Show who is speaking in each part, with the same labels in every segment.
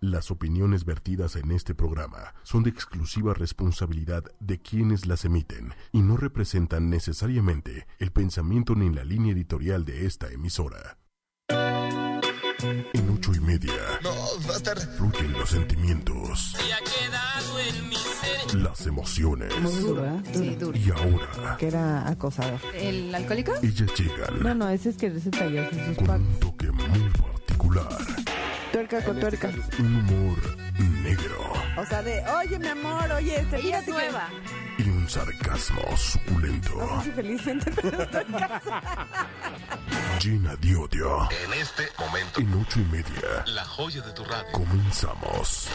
Speaker 1: Las opiniones vertidas en este programa son de exclusiva responsabilidad de quienes las emiten y no representan necesariamente el pensamiento ni la línea editorial de esta emisora. En ocho y media
Speaker 2: No, va a estar.
Speaker 1: fluyen los sentimientos,
Speaker 3: ha quedado en mi ser.
Speaker 1: las emociones.
Speaker 4: Muy duro, ¿eh?
Speaker 5: Sí, duro.
Speaker 1: Y ahora,
Speaker 4: Que era acosador.
Speaker 5: ¿El alcohólico?
Speaker 1: ellas
Speaker 4: No,
Speaker 1: llegan
Speaker 4: no, ese es que se talló en sus
Speaker 1: con un
Speaker 4: packs.
Speaker 1: toque muy particular,
Speaker 4: Tuerca con tuerca.
Speaker 1: un humor negro
Speaker 4: O sea, de, oye, mi amor, oye, te
Speaker 5: Ella es
Speaker 4: fíjate que-
Speaker 5: nueva.
Speaker 1: y un sarcasmo suculento
Speaker 4: No sé si felizmente, pero estoy casada.
Speaker 1: llena de odio.
Speaker 2: En este momento,
Speaker 1: En ocho y media
Speaker 2: la joya de tu radio.
Speaker 1: comenzamos.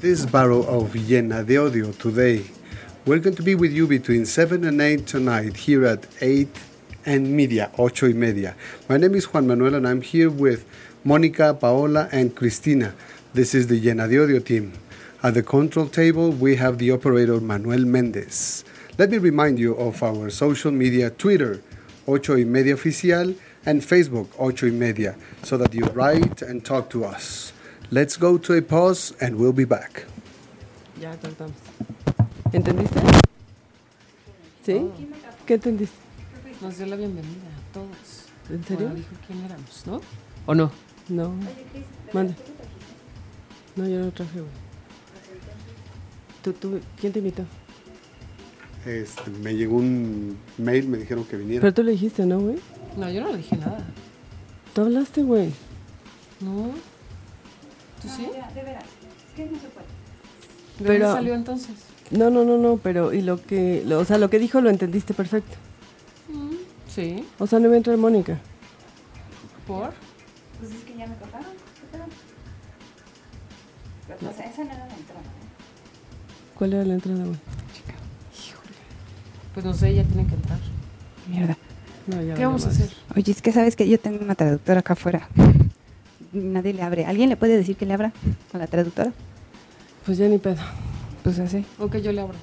Speaker 6: this barrel of Vienna de Odio today. We're going to be with you between 7 and 8 tonight here at 8 and media, 8 y media. My name is Juan Manuel and I'm here with Monica, Paola, and Cristina. This is the Llena de Odio team. At the control table, we have the operator Manuel Mendez. Let me remind you of our social media Twitter, Ocho y Media Oficial, and Facebook, Ocho y Media, so that you write and talk to us. Let's go to a pause and we'll be back.
Speaker 4: Ya cortamos. ¿Entendiste? ¿Sí?
Speaker 7: Oh.
Speaker 4: ¿Qué entendiste?
Speaker 7: Nos dio la bienvenida a todos.
Speaker 4: ¿En serio?
Speaker 7: Bueno, dijo quién éramos, ¿no? ¿O no?
Speaker 4: No. Manda. No, yo no traje, güey. ¿Tú, tú, ¿Quién te invitó?
Speaker 6: Este, me llegó un mail, me dijeron que viniera.
Speaker 4: Pero tú le dijiste, ¿no, güey?
Speaker 7: No, yo no dije nada.
Speaker 4: Tú hablaste, güey.
Speaker 7: ¿No? ¿Tú sí?
Speaker 8: Ah,
Speaker 7: ¿De
Speaker 4: Pero-
Speaker 7: dónde salió entonces?
Speaker 4: No, no, no, no, pero y lo que, lo- o sea, lo que dijo lo entendiste perfecto.
Speaker 7: Sí,
Speaker 4: O sea, no iba a entrar Mónica.
Speaker 7: ¿por?
Speaker 8: Pues es que ya me cortaron. ¿qué pedo? Pero pues esa no era la entrada. ¿eh?
Speaker 4: ¿Cuál era la entrada, güey?
Speaker 7: Pues no sé, ella tiene que entrar.
Speaker 8: Mierda.
Speaker 4: No, ya
Speaker 7: ¿Qué
Speaker 4: valió
Speaker 7: vamos a
Speaker 4: madre.
Speaker 7: hacer?
Speaker 8: Oye, es que sabes que yo tengo una traductora acá afuera. Nadie le abre. ¿Alguien le puede decir que le abra a la traductora?
Speaker 4: Pues ya ni pedo.
Speaker 8: Pues así.
Speaker 7: ¿O que yo le abro?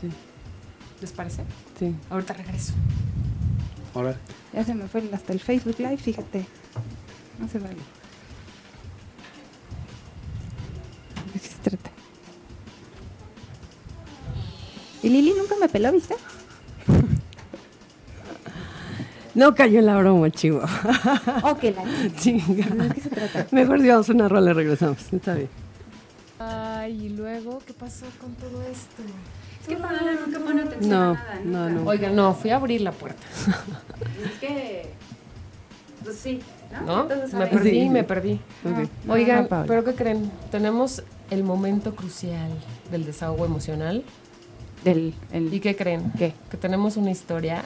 Speaker 4: Sí,
Speaker 7: ¿Les parece?
Speaker 4: sí.
Speaker 7: Ahorita regreso.
Speaker 6: Ahora,
Speaker 8: Ya se me fue hasta el Facebook Live, fíjate. No se vale. ¿De qué se trata? Y Lili nunca me peló, ¿viste?
Speaker 4: No cayó la broma, chivo.
Speaker 8: Oh, que la chingada.
Speaker 4: Chinga.
Speaker 8: ¿De qué se trata?
Speaker 4: Mejor llevamos una rola y regresamos. Está bien.
Speaker 7: Ay, y luego, ¿qué pasó con todo esto?
Speaker 8: Es que Paola nunca pone atención
Speaker 4: No, no, no.
Speaker 7: Oiga, no, fui a abrir la puerta,
Speaker 8: Es que. Pues sí,
Speaker 7: ¿no? Me
Speaker 4: ver.
Speaker 7: perdí,
Speaker 4: Sí.
Speaker 7: me perdí.
Speaker 4: Ok.
Speaker 7: Oigan,
Speaker 8: Ah, Paola.
Speaker 7: ¿pero qué creen? Tenemos el momento crucial del desahogo emocional.
Speaker 8: Del. El,
Speaker 7: ¿Y qué creen?
Speaker 8: ¿Qué?
Speaker 7: Que tenemos una historia.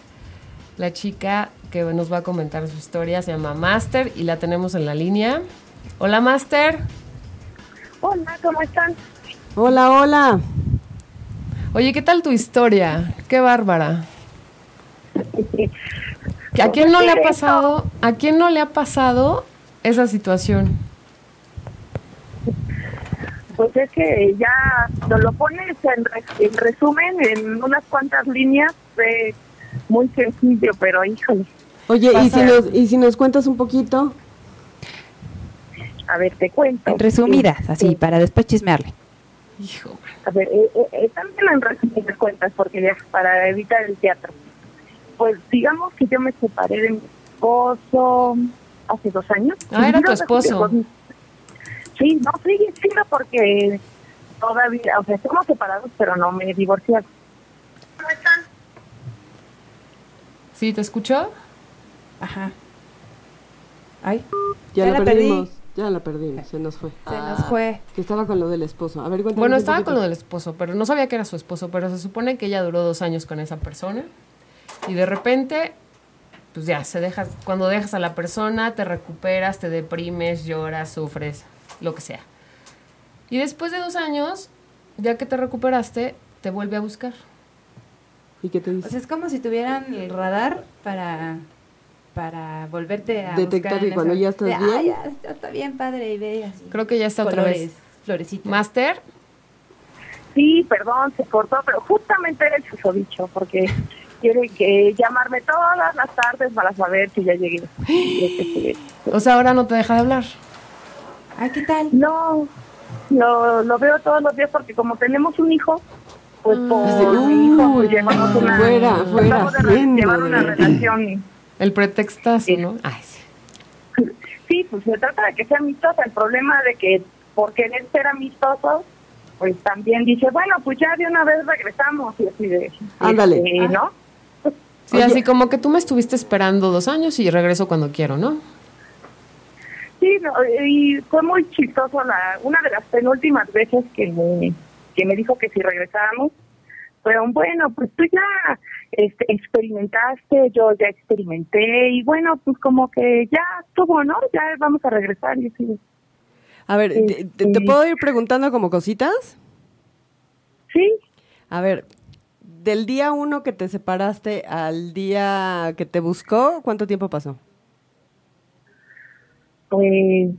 Speaker 7: La chica que nos va a comentar su historia se llama Master y la tenemos en la línea. Hola Master.
Speaker 9: Hola, ¿cómo están?
Speaker 4: Hola, hola.
Speaker 7: Oye, ¿qué tal tu historia? Qué bárbara. ¿A quién no le ha pasado? ¿A quién no le ha pasado esa situación?
Speaker 9: Pues es que ya nos lo pones en, re- en resumen, en unas cuantas líneas, fue muy sencillo, pero híjole,
Speaker 4: Oye, ¿y si,
Speaker 7: Pasa-
Speaker 4: nos, ¿y si nos cuentas un poquito?
Speaker 9: a ver, te cuento.
Speaker 8: En resumidas, así,
Speaker 9: Sí,
Speaker 8: para después chismearle.
Speaker 7: Hijo, man.
Speaker 9: A ver, eh, eh, eh, también en resumidas cuentas, porque ya, para evitar el teatro. Pues digamos que yo me separé de mi esposo hace dos años.
Speaker 7: Ah, era tu
Speaker 9: Digamos que
Speaker 7: esposo.
Speaker 9: con- Sí, no, sí, sí, no, porque todavía, o sea, estamos separados, pero no me he divorciado. ¿Cómo están?
Speaker 7: ¿Sí te escuchó?
Speaker 8: Ajá. Ay,
Speaker 4: Ya,
Speaker 8: Ya
Speaker 4: la,
Speaker 8: la perdí.
Speaker 4: perdimos. Ya la perdimos, se nos fue. Ah,
Speaker 8: se nos fue.
Speaker 4: Que estaba con lo del esposo. A ver, cuéntame.
Speaker 7: Bueno, estaba con lo del esposo, pero no sabía que era su esposo, pero se supone que ella duró dos años con esa persona y de repente, pues ya, se dejas, cuando dejas a la persona, te recuperas, te deprimes, lloras, sufres, lo que sea. Y después de dos años, ya que te recuperaste, te vuelve a buscar.
Speaker 4: ¿Y qué te
Speaker 8: O
Speaker 4: dice?
Speaker 5: Pues
Speaker 8: sea, es como si tuvieran el radar para para volverte a
Speaker 4: Detectar
Speaker 8: buscar en
Speaker 4: que cuando
Speaker 8: esa-
Speaker 4: ya estás
Speaker 8: de,
Speaker 4: bien.
Speaker 8: "Ay, ya, ya está bien padre y ve así.
Speaker 7: Creo que ya está otra
Speaker 8: colores,
Speaker 7: vez.
Speaker 8: florecitas.
Speaker 7: Master,
Speaker 9: sí, perdón, se cortó, pero justamente era el susodicho, porque quiere que llamarme todas las tardes para saber si ya llegué.
Speaker 7: O sea, ahora no te deja de hablar.
Speaker 5: "Ah,
Speaker 8: Ay, ¿qué tal?
Speaker 9: No, lo, lo veo todos los días porque como tenemos un hijo, pues por mi hijo pues, llevamos una,
Speaker 4: Mm. fuera, fuera,
Speaker 9: tratamos de re-
Speaker 4: haciendo,
Speaker 9: llevar una
Speaker 4: ¿verdad?
Speaker 9: relación.
Speaker 7: El pretextazo,
Speaker 9: Sí.
Speaker 7: ¿no? Ay, sí.
Speaker 9: Sí, pues se trata de que sea amistosa. El problema de que por querer ser amistoso, pues también dice, bueno, pues ya de una vez regresamos y así de...
Speaker 4: Ándale.
Speaker 9: este, ¿No?
Speaker 7: Sí, así como que tú me estuviste esperando dos años y regreso cuando quiero, ¿no?
Speaker 9: Sí, no, y fue muy chistoso la, una de las penúltimas veces que me, que me dijo que si regresábamos, fueron, bueno, pues tú ya este, experimentaste, yo ya experimenté, y bueno, pues como que ya estuvo, ¿no? Ya vamos a regresar. Y así,
Speaker 4: A ver, ¿te, te- te puedo ir preguntando como cositas?
Speaker 9: sí,
Speaker 4: A ver, del día uno que te separaste al día que te buscó, ¿cuánto tiempo pasó?
Speaker 9: pues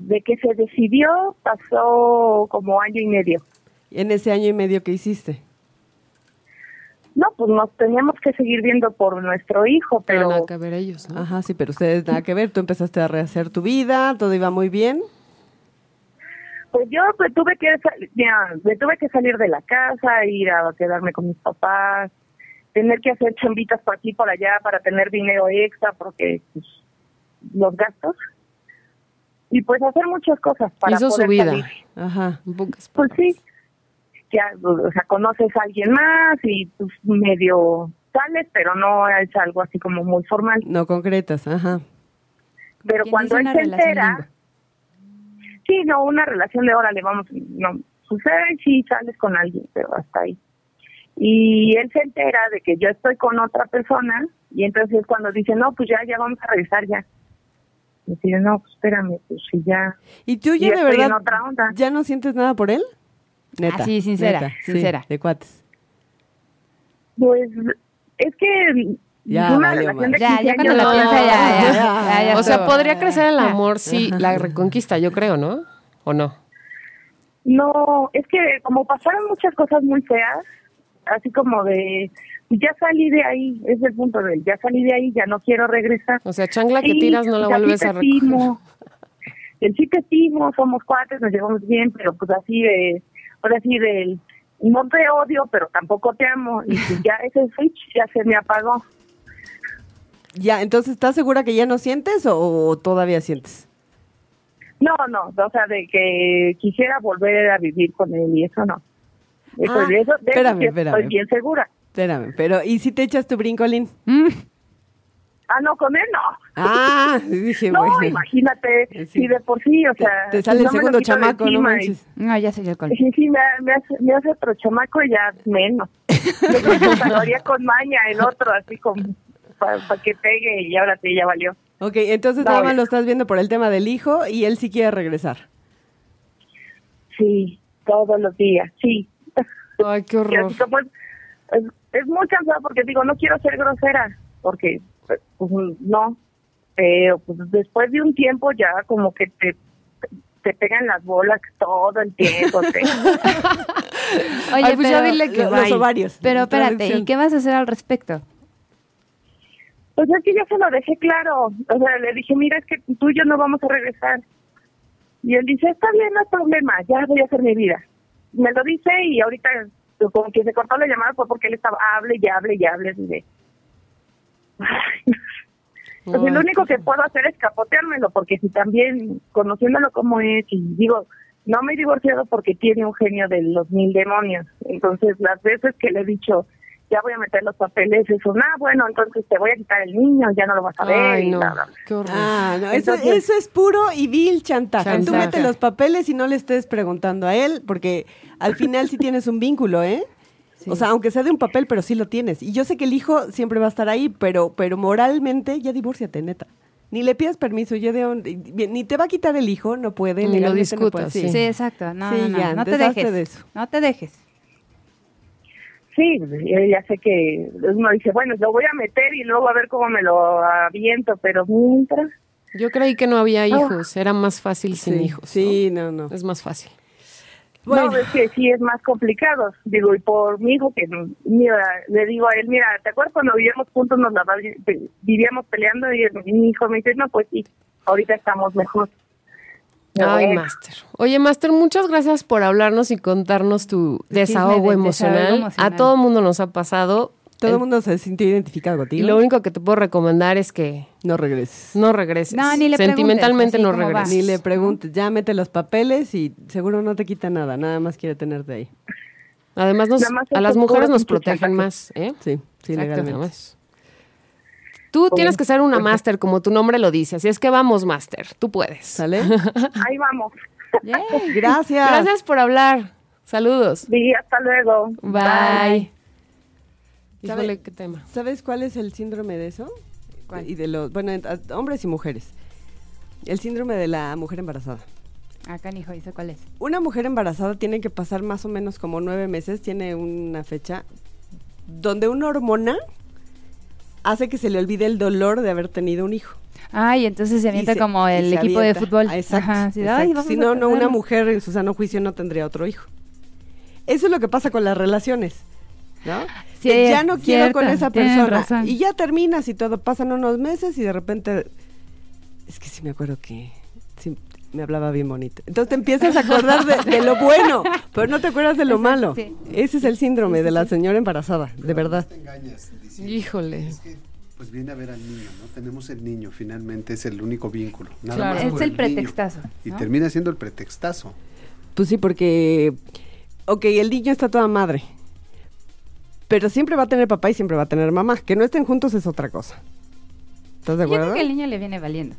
Speaker 9: de que se decidió pasó como año y medio.
Speaker 4: En ese año y medio que hiciste.
Speaker 9: No, pues nos teníamos que seguir viendo por nuestro hijo,
Speaker 7: Pero
Speaker 9: pero...
Speaker 7: nada que ver ellos, ¿no?
Speaker 4: Ajá, sí, pero ustedes nada que ver. Tú empezaste a rehacer tu vida, todo iba muy bien.
Speaker 9: Pues yo pues, tuve que sal- mira, me tuve que salir de la casa, ir a quedarme con mis papás, tener que hacer chambitas por aquí y por allá para tener dinero extra porque pues, los gastos y pues hacer muchas cosas para
Speaker 7: Hizo su
Speaker 9: poder
Speaker 7: vida.
Speaker 9: salir.
Speaker 4: Ajá.
Speaker 7: En pocas
Speaker 9: Pues
Speaker 7: palabras.
Speaker 9: sí, ya o sea, conoces a alguien más y pues, medio sales, pero no es algo así como muy formal.
Speaker 4: No concretas, ajá.
Speaker 9: Pero
Speaker 8: Quien
Speaker 9: cuando
Speaker 8: dice una
Speaker 9: él se
Speaker 8: relación
Speaker 9: entera,
Speaker 8: linda.
Speaker 9: sí, no, una relación de hora le vamos, no, sucede si sales con alguien, pero hasta ahí. Y él se entera de que yo estoy con otra persona y entonces es cuando dice, no, pues ya, ya vamos a regresar ya. Y dice, no, pues espérame, pues si ya.
Speaker 4: ¿Y tú
Speaker 9: Y
Speaker 4: ya de
Speaker 9: estoy en
Speaker 4: verdad
Speaker 9: otra onda.
Speaker 4: ya no sientes nada por él? Neta.
Speaker 5: Así, sincera,
Speaker 4: neta, sí,
Speaker 5: sincera.
Speaker 4: de cuates.
Speaker 9: Pues es que
Speaker 4: Ya,
Speaker 9: una
Speaker 4: valió
Speaker 9: relación
Speaker 4: madre.
Speaker 9: de
Speaker 5: Ya,
Speaker 9: 15
Speaker 5: ya cuando
Speaker 9: años-
Speaker 5: la piensa, ya, ya. ya, ya
Speaker 7: O sea,
Speaker 5: estuvo.
Speaker 7: podría crecer el amor si la reconquista, yo creo, ¿no? ¿O no?
Speaker 9: No, es que como pasaron muchas cosas muy feas, así como de, ya salí de ahí, es el punto de él, ya salí de ahí, ya no quiero regresar.
Speaker 7: O sea, chancla que
Speaker 9: Sí,
Speaker 7: tiras no la
Speaker 9: o sea,
Speaker 7: vuelves
Speaker 9: sí
Speaker 7: a
Speaker 9: te
Speaker 7: recoger.
Speaker 9: estimo. El sí te estimo, somos cuates, nos llevamos bien, pero pues así de, ahora sí del, no te odio, pero tampoco te amo. Y pues ya ese switch ya se me apagó.
Speaker 4: Ya, entonces, ¿estás segura que ya no sientes o, o todavía sientes?
Speaker 9: No, no, o sea, de que quisiera volver a vivir con él y eso no. Eso,
Speaker 4: Ah,
Speaker 9: de eso, de eso
Speaker 4: espérame,
Speaker 9: sí
Speaker 4: espérame.
Speaker 9: estoy bien segura.
Speaker 4: Espérame, pero ¿y si te echas tu brincolín?
Speaker 5: Mm,
Speaker 9: Ah, no, con él no.
Speaker 4: Ah, dije,
Speaker 9: No,
Speaker 4: bueno.
Speaker 9: imagínate,
Speaker 4: Sí.
Speaker 9: si de por sí, o
Speaker 4: Te,
Speaker 9: sea...
Speaker 4: te sale
Speaker 9: no
Speaker 4: el
Speaker 9: me lo
Speaker 4: segundo
Speaker 9: quito de
Speaker 4: chamaco, no
Speaker 9: encima y-
Speaker 4: manches.
Speaker 5: No, ya soy alcohol.
Speaker 9: Sí, sí, me, me hace, me hace otro chamaco y ya menos. Yo creo que hasta lo haría con maña el otro, así como para que pegue y ahora sí ya valió.
Speaker 4: Ok, entonces
Speaker 9: No,
Speaker 4: nada
Speaker 9: ya.
Speaker 4: más lo estás viendo por el tema del hijo y él sí quiere regresar.
Speaker 9: Sí, todos los días, sí.
Speaker 7: Ay, qué
Speaker 9: Y
Speaker 7: horror.
Speaker 9: así como es, es, es muy cansado porque digo, no quiero ser grosera, porque pues, no. Pero pues, después de un tiempo ya como que te, te pegan las bolas todo el tiempo. te-
Speaker 5: Oye,
Speaker 7: Ay, pues ya
Speaker 5: pero,
Speaker 7: dile que
Speaker 4: Lo-
Speaker 7: bye.
Speaker 4: los ovarios.
Speaker 5: pero espérate,
Speaker 4: Traducción.
Speaker 5: ¿y qué vas a hacer al respecto?
Speaker 9: Pues es que ya se lo dejé claro. O sea, le dije, mira, es que tú y yo no vamos a regresar. Y él dice, está bien, no hay problema, ya voy a hacer mi vida. Me lo dice y ahorita pues, como que se cortó la llamada fue porque él estaba, hable y hable y hable. Y de... Pues
Speaker 7: Ay,
Speaker 9: lo único que puedo hacer es capoteármelo, porque si también, conociéndolo como es, y digo, no me he divorciado porque tiene un genio de los mil demonios. Entonces, las veces que le he dicho, ya voy a meter los papeles, eso, ah, bueno, entonces te voy a quitar el niño, ya no lo vas a ver.
Speaker 7: Ay,
Speaker 9: y
Speaker 7: no.
Speaker 9: bla, bla, bla.
Speaker 7: Qué horror.
Speaker 4: Ah, no, eso,
Speaker 9: Entonces-
Speaker 4: eso es puro y vil chantaje. Tú
Speaker 7: Chantaje.
Speaker 4: mete los papeles y no le estés preguntando a él, porque al final sí tienes un vínculo, ¿eh? O sea, aunque sea de un papel, pero sí lo tienes. Y yo sé que el hijo siempre va a estar ahí, pero, pero moralmente ya divórciate, neta. Ni le pidas permiso, ya de un- ni te va a quitar el hijo, no puede.
Speaker 7: Ni lo
Speaker 4: legalmente no
Speaker 7: discutas,
Speaker 4: puede,
Speaker 7: Sí.
Speaker 5: Sí, exacto. No,
Speaker 4: Sí,
Speaker 5: no, no,
Speaker 4: ya,
Speaker 5: no te
Speaker 4: deshazte
Speaker 5: dejes.
Speaker 4: de eso.
Speaker 5: No te dejes.
Speaker 9: Sí, yo ya sé que uno dice, bueno, lo voy a meter y luego a ver cómo me lo aviento, pero mientras... Ah.
Speaker 7: Yo creí que no había hijos, era más fácil sin
Speaker 4: Sí,
Speaker 7: hijos.
Speaker 4: Sí, no, no.
Speaker 7: ¿no? Es más fácil.
Speaker 4: Bueno.
Speaker 9: No, es que sí es más complicado. Digo, y por mi hijo, que mira, le digo a él, mira, ¿te acuerdas cuando vivíamos juntos, nos la pe- vivíamos peleando? Y el- mi hijo me dice, no, pues sí, ahorita estamos mejor.
Speaker 7: Ay,
Speaker 9: Bueno.
Speaker 7: Master. Oye, Master, muchas gracias por hablarnos y contarnos tu
Speaker 5: El chisme
Speaker 7: desahogo
Speaker 5: del
Speaker 7: emocional.
Speaker 5: desahogo emocional.
Speaker 7: A todo mundo nos ha pasado.
Speaker 4: Todo el
Speaker 7: El-
Speaker 4: mundo se sintió identificado
Speaker 7: y
Speaker 4: contigo.
Speaker 7: lo único que te puedo recomendar es que
Speaker 4: No regreses.
Speaker 7: no regreses.
Speaker 5: No, ni le
Speaker 7: Sentimentalmente no
Speaker 5: preguntes, así como
Speaker 7: regreses.
Speaker 5: vas.
Speaker 4: Ni le preguntes, ya mete los papeles y seguro no te quita nada, nada más quiere tenerte ahí.
Speaker 7: Además, nos-
Speaker 9: Nada más
Speaker 7: a las
Speaker 9: esas
Speaker 7: mujeres
Speaker 9: puras
Speaker 7: nos
Speaker 9: pinches
Speaker 7: protegen
Speaker 9: chapas.
Speaker 7: más. ¿eh?
Speaker 4: Sí, sí,
Speaker 7: Exacto, nada
Speaker 4: legalmente.
Speaker 7: más. Tú tienes que ser una máster, como tu nombre lo dice. Así es que vamos, máster. Tú puedes.
Speaker 4: ¿Sale?
Speaker 9: eh, Ahí vamos.
Speaker 5: Yay.
Speaker 4: Gracias.
Speaker 7: Gracias por hablar. Saludos.
Speaker 9: Y hasta luego.
Speaker 7: Bye. Híjole,
Speaker 4: ¿Sabe-
Speaker 7: qué tema.
Speaker 4: ¿Sabes cuál es el síndrome de eso?
Speaker 5: ¿Cuál?
Speaker 4: Y de los, bueno, en- a- hombres y mujeres. El síndrome de la mujer embarazada.
Speaker 5: Acá, hijo, dice cuál es.
Speaker 4: Una mujer embarazada tiene que pasar más o menos como nueve meses, tiene una fecha, donde una hormona hace que se le olvide el dolor de haber tenido un hijo.
Speaker 5: Ay, entonces se avienta
Speaker 4: Y se-
Speaker 5: como
Speaker 4: y
Speaker 5: el
Speaker 4: se
Speaker 5: equipo
Speaker 4: avienta.
Speaker 5: de fútbol.
Speaker 4: Ah, Exacto.
Speaker 5: Ajá, sí,
Speaker 4: exacto.
Speaker 5: ay, vamos
Speaker 4: si
Speaker 5: a
Speaker 4: no, no, una
Speaker 5: perdernos.
Speaker 4: mujer en su sano juicio no tendría otro hijo. Eso es lo que pasa con las relaciones. ¿No?
Speaker 5: Sí,
Speaker 4: Que ya no quiero
Speaker 5: cierto,
Speaker 4: con esa
Speaker 5: tienes
Speaker 4: persona.
Speaker 5: razón.
Speaker 4: Y ya terminas y todo. Pasan unos meses y de repente. Es que sí me acuerdo que sí, me hablaba bien bonito. Entonces te empiezas a acordar de, de lo bueno, pero no te acuerdas de lo
Speaker 5: Exacto,
Speaker 4: malo.
Speaker 5: sí.
Speaker 4: Ese es el síndrome de la señora embarazada, de verdad.
Speaker 6: te engañas diciendo,
Speaker 7: Híjole.
Speaker 6: Es que, pues viene a ver al niño, ¿no? Tenemos el niño, finalmente es el único vínculo. Nada
Speaker 7: Claro.
Speaker 6: más
Speaker 5: Es
Speaker 6: por
Speaker 5: el
Speaker 6: niño.
Speaker 5: pretextazo,
Speaker 6: Y
Speaker 5: ¿no?
Speaker 6: termina siendo el pretextazo.
Speaker 4: Pues sí, porque, ok, el niño está toda madre, pero siempre va a tener papá y siempre va a tener mamá. Que no estén juntos es otra cosa. ¿Estás de
Speaker 5: Yo
Speaker 4: acuerdo?
Speaker 5: creo que al niño le viene valiendo.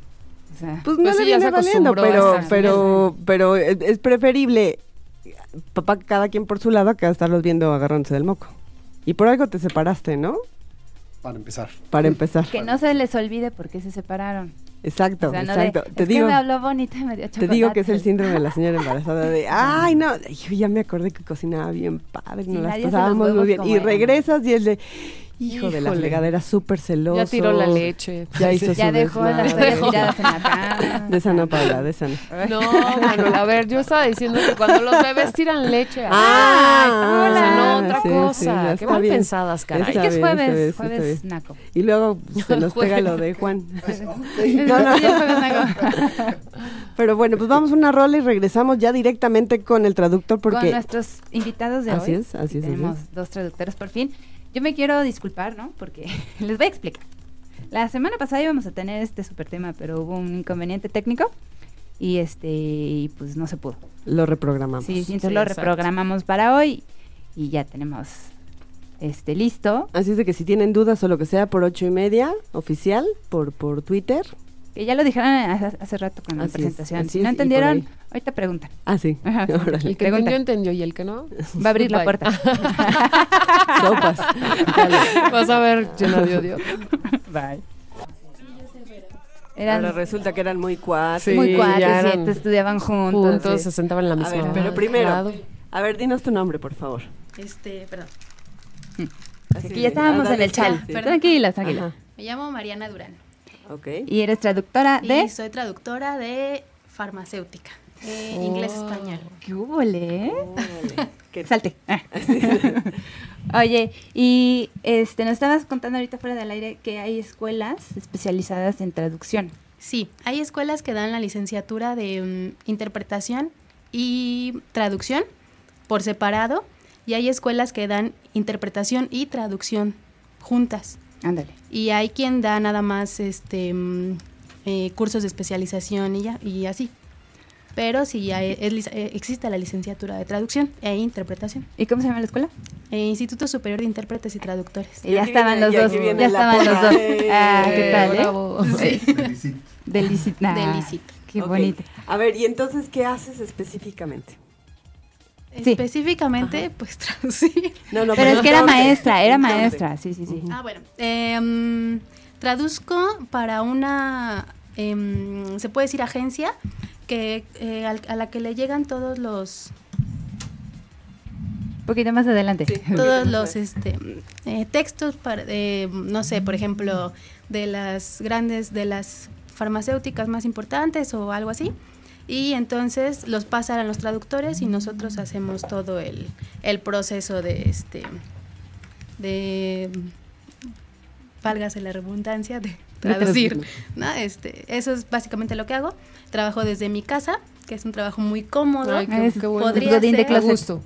Speaker 5: O sea,
Speaker 4: Pues no
Speaker 7: Pues
Speaker 4: le
Speaker 7: sí, ya
Speaker 4: viene
Speaker 7: se
Speaker 4: valiendo,
Speaker 7: acostumbró a
Speaker 4: pero,
Speaker 7: estar
Speaker 4: pero, pero es es preferible papá cada quien por su lado que estarlos viendo agarrándose del moco. Y por algo te separaste, ¿no?
Speaker 6: Para empezar.
Speaker 4: Para empezar.
Speaker 5: Mm. que no se les olvide por qué se separaron.
Speaker 4: Exacto,
Speaker 5: O sea, no de,
Speaker 4: exacto. te
Speaker 5: es
Speaker 4: digo.
Speaker 5: que me habló bonita y me dio
Speaker 4: Te digo que es el
Speaker 5: chocolates.
Speaker 4: síndrome de la señora embarazada de, ay, no, yo ya me acordé que cocinaba bien padre,
Speaker 5: Sí,
Speaker 4: nos las
Speaker 5: nadie hace los
Speaker 4: pasábamos muy
Speaker 5: huevos
Speaker 4: bien.
Speaker 5: como
Speaker 4: Y
Speaker 5: ella.
Speaker 4: regresas y es de, hijo de la
Speaker 7: Híjole.
Speaker 4: fregadera, súper celoso.
Speaker 7: Ya tiró la leche.
Speaker 4: Ya hizo
Speaker 5: Ya
Speaker 4: su
Speaker 5: dejó las
Speaker 4: desmadre.
Speaker 5: toallas tiradas en la cama.
Speaker 4: De sana Paula, de sana.
Speaker 7: No, bueno, a ver, yo estaba diciendo que cuando los bebés tiran leche.
Speaker 4: Ah,
Speaker 7: o sea, no,
Speaker 4: ah,
Speaker 7: otra
Speaker 4: sí,
Speaker 7: cosa.
Speaker 4: sí, ya
Speaker 7: Qué
Speaker 4: está
Speaker 7: mal
Speaker 4: bien.
Speaker 7: pensadas, caray.
Speaker 5: Es que es
Speaker 4: Está bien, está bien,
Speaker 5: jueves,
Speaker 4: está
Speaker 5: jueves
Speaker 4: bien.
Speaker 5: naco.
Speaker 4: Y luego se nos pega
Speaker 7: Jueves.
Speaker 4: lo de Juan.
Speaker 5: No, no, ya jueves naco.
Speaker 4: Pero bueno, pues vamos a una rola y regresamos ya directamente con el traductor
Speaker 5: Con
Speaker 4: porque...
Speaker 5: nuestros invitados de
Speaker 4: Así
Speaker 5: hoy.
Speaker 4: es, así es, así
Speaker 5: Tenemos dos traductores por fin. Yo me quiero disculpar, ¿no? Porque les voy a explicar. La semana pasada íbamos a tener este super tema, pero hubo un inconveniente técnico y este y pues no se pudo.
Speaker 4: Lo reprogramamos.
Speaker 5: Sí, sí, entonces
Speaker 7: Sí,
Speaker 5: lo
Speaker 7: exacto.
Speaker 5: reprogramamos para hoy y ya tenemos este listo.
Speaker 4: Así es de que si tienen dudas o lo que sea, por ocho y media, oficial, por, por Twitter.
Speaker 5: Que ya lo dijeron hace, hace rato con la
Speaker 4: Así es,
Speaker 5: presentación.
Speaker 4: así
Speaker 5: si
Speaker 4: es, y
Speaker 5: no
Speaker 4: por
Speaker 5: entendieron,
Speaker 4: ahí.
Speaker 5: ahorita preguntan.
Speaker 4: Ah, sí.
Speaker 5: Ajá, sí.
Speaker 4: Órale.
Speaker 7: El que
Speaker 5: Pregunta.
Speaker 7: entendió, entendió. Y el que no.
Speaker 5: Va a abrir la
Speaker 7: Bye.
Speaker 5: puerta.
Speaker 4: Sopas.
Speaker 7: Vas a ver, lleno de odio.
Speaker 5: Bye.
Speaker 4: Ahora
Speaker 5: Eran
Speaker 4: resulta que eran muy cuates.
Speaker 7: Sí,
Speaker 5: muy
Speaker 7: ya
Speaker 5: cuates,
Speaker 7: eran
Speaker 5: siete, estudiaban juntos.
Speaker 7: Juntos
Speaker 5: sí.
Speaker 7: se sentaban en la
Speaker 4: A
Speaker 7: misma.
Speaker 4: ver, pero primero, a ver, dinos tu nombre, por favor.
Speaker 10: Este, perdón.
Speaker 4: Así
Speaker 5: Aquí
Speaker 4: de-
Speaker 5: ya estábamos
Speaker 4: ah,
Speaker 5: en
Speaker 4: dale,
Speaker 5: el chal.
Speaker 4: sí.
Speaker 5: Tranquila, tranquila.
Speaker 4: Ajá,
Speaker 10: Me llamo Mariana Durán
Speaker 4: ok.
Speaker 5: Y eres traductora
Speaker 10: y
Speaker 5: de...
Speaker 10: soy traductora de farmacéutica, eh, de inglés-español.
Speaker 5: ¿Qué hubo, le?
Speaker 4: Órale. ¿Qué-
Speaker 5: Salte. Ah. Oye, y este, nos estabas contando ahorita fuera del aire que hay escuelas especializadas en traducción.
Speaker 10: Sí, hay escuelas que dan la licenciatura de mm, interpretación y traducción por separado y hay escuelas que dan interpretación y traducción juntas.
Speaker 5: Ándale.
Speaker 10: Y hay quien da nada más este mm, eh, cursos de especialización y ya, y así. Pero sí hay- es lic- eh, existe la licenciatura de traducción e interpretación.
Speaker 5: ¿Y cómo se llama la escuela?
Speaker 10: Eh, Instituto Superior de Intérpretes y Traductores.
Speaker 5: Y ya
Speaker 4: aquí
Speaker 5: estaban
Speaker 4: viene-
Speaker 5: los
Speaker 4: y
Speaker 5: dos.
Speaker 4: aquí viene
Speaker 5: Ya
Speaker 4: la
Speaker 5: estaban los
Speaker 4: porra.
Speaker 5: dos.
Speaker 4: Eh,
Speaker 5: Ah, ¿qué
Speaker 7: eh, bravo.
Speaker 5: tal, eh? Sí. Delicit. nah,
Speaker 10: Delicit.
Speaker 5: Qué
Speaker 4: Ok.
Speaker 5: bonito.
Speaker 4: A ver, ¿y entonces qué haces específicamente?
Speaker 5: Sí.
Speaker 10: Específicamente, pues traducir.
Speaker 4: No, no,
Speaker 5: Pero es que era
Speaker 4: ¿dónde?
Speaker 5: maestra, era
Speaker 4: ¿En dónde?
Speaker 5: maestra. Sí, sí, sí.
Speaker 10: Ah, bueno. em, traduzco para una, em, se puede decir agencia, que eh, al- a la que le llegan todos los,
Speaker 5: Un poquito más adelante.
Speaker 4: Sí.
Speaker 10: todos los este, eh, textos, para, de, no sé, por ejemplo, de las grandes, de las farmacéuticas más importantes o algo así. y entonces los pasan a los traductores y nosotros hacemos todo el, el proceso de este de válgase la redundancia de traducir, ¿no? Este, eso es básicamente lo que hago. Trabajo desde mi casa, que es un trabajo muy cómodo.
Speaker 7: Ay, qué,
Speaker 5: Es-
Speaker 7: qué bueno. Uh.
Speaker 10: podría
Speaker 5: Godín de
Speaker 10: ser
Speaker 7: Qué
Speaker 5: closet.
Speaker 7: gusto.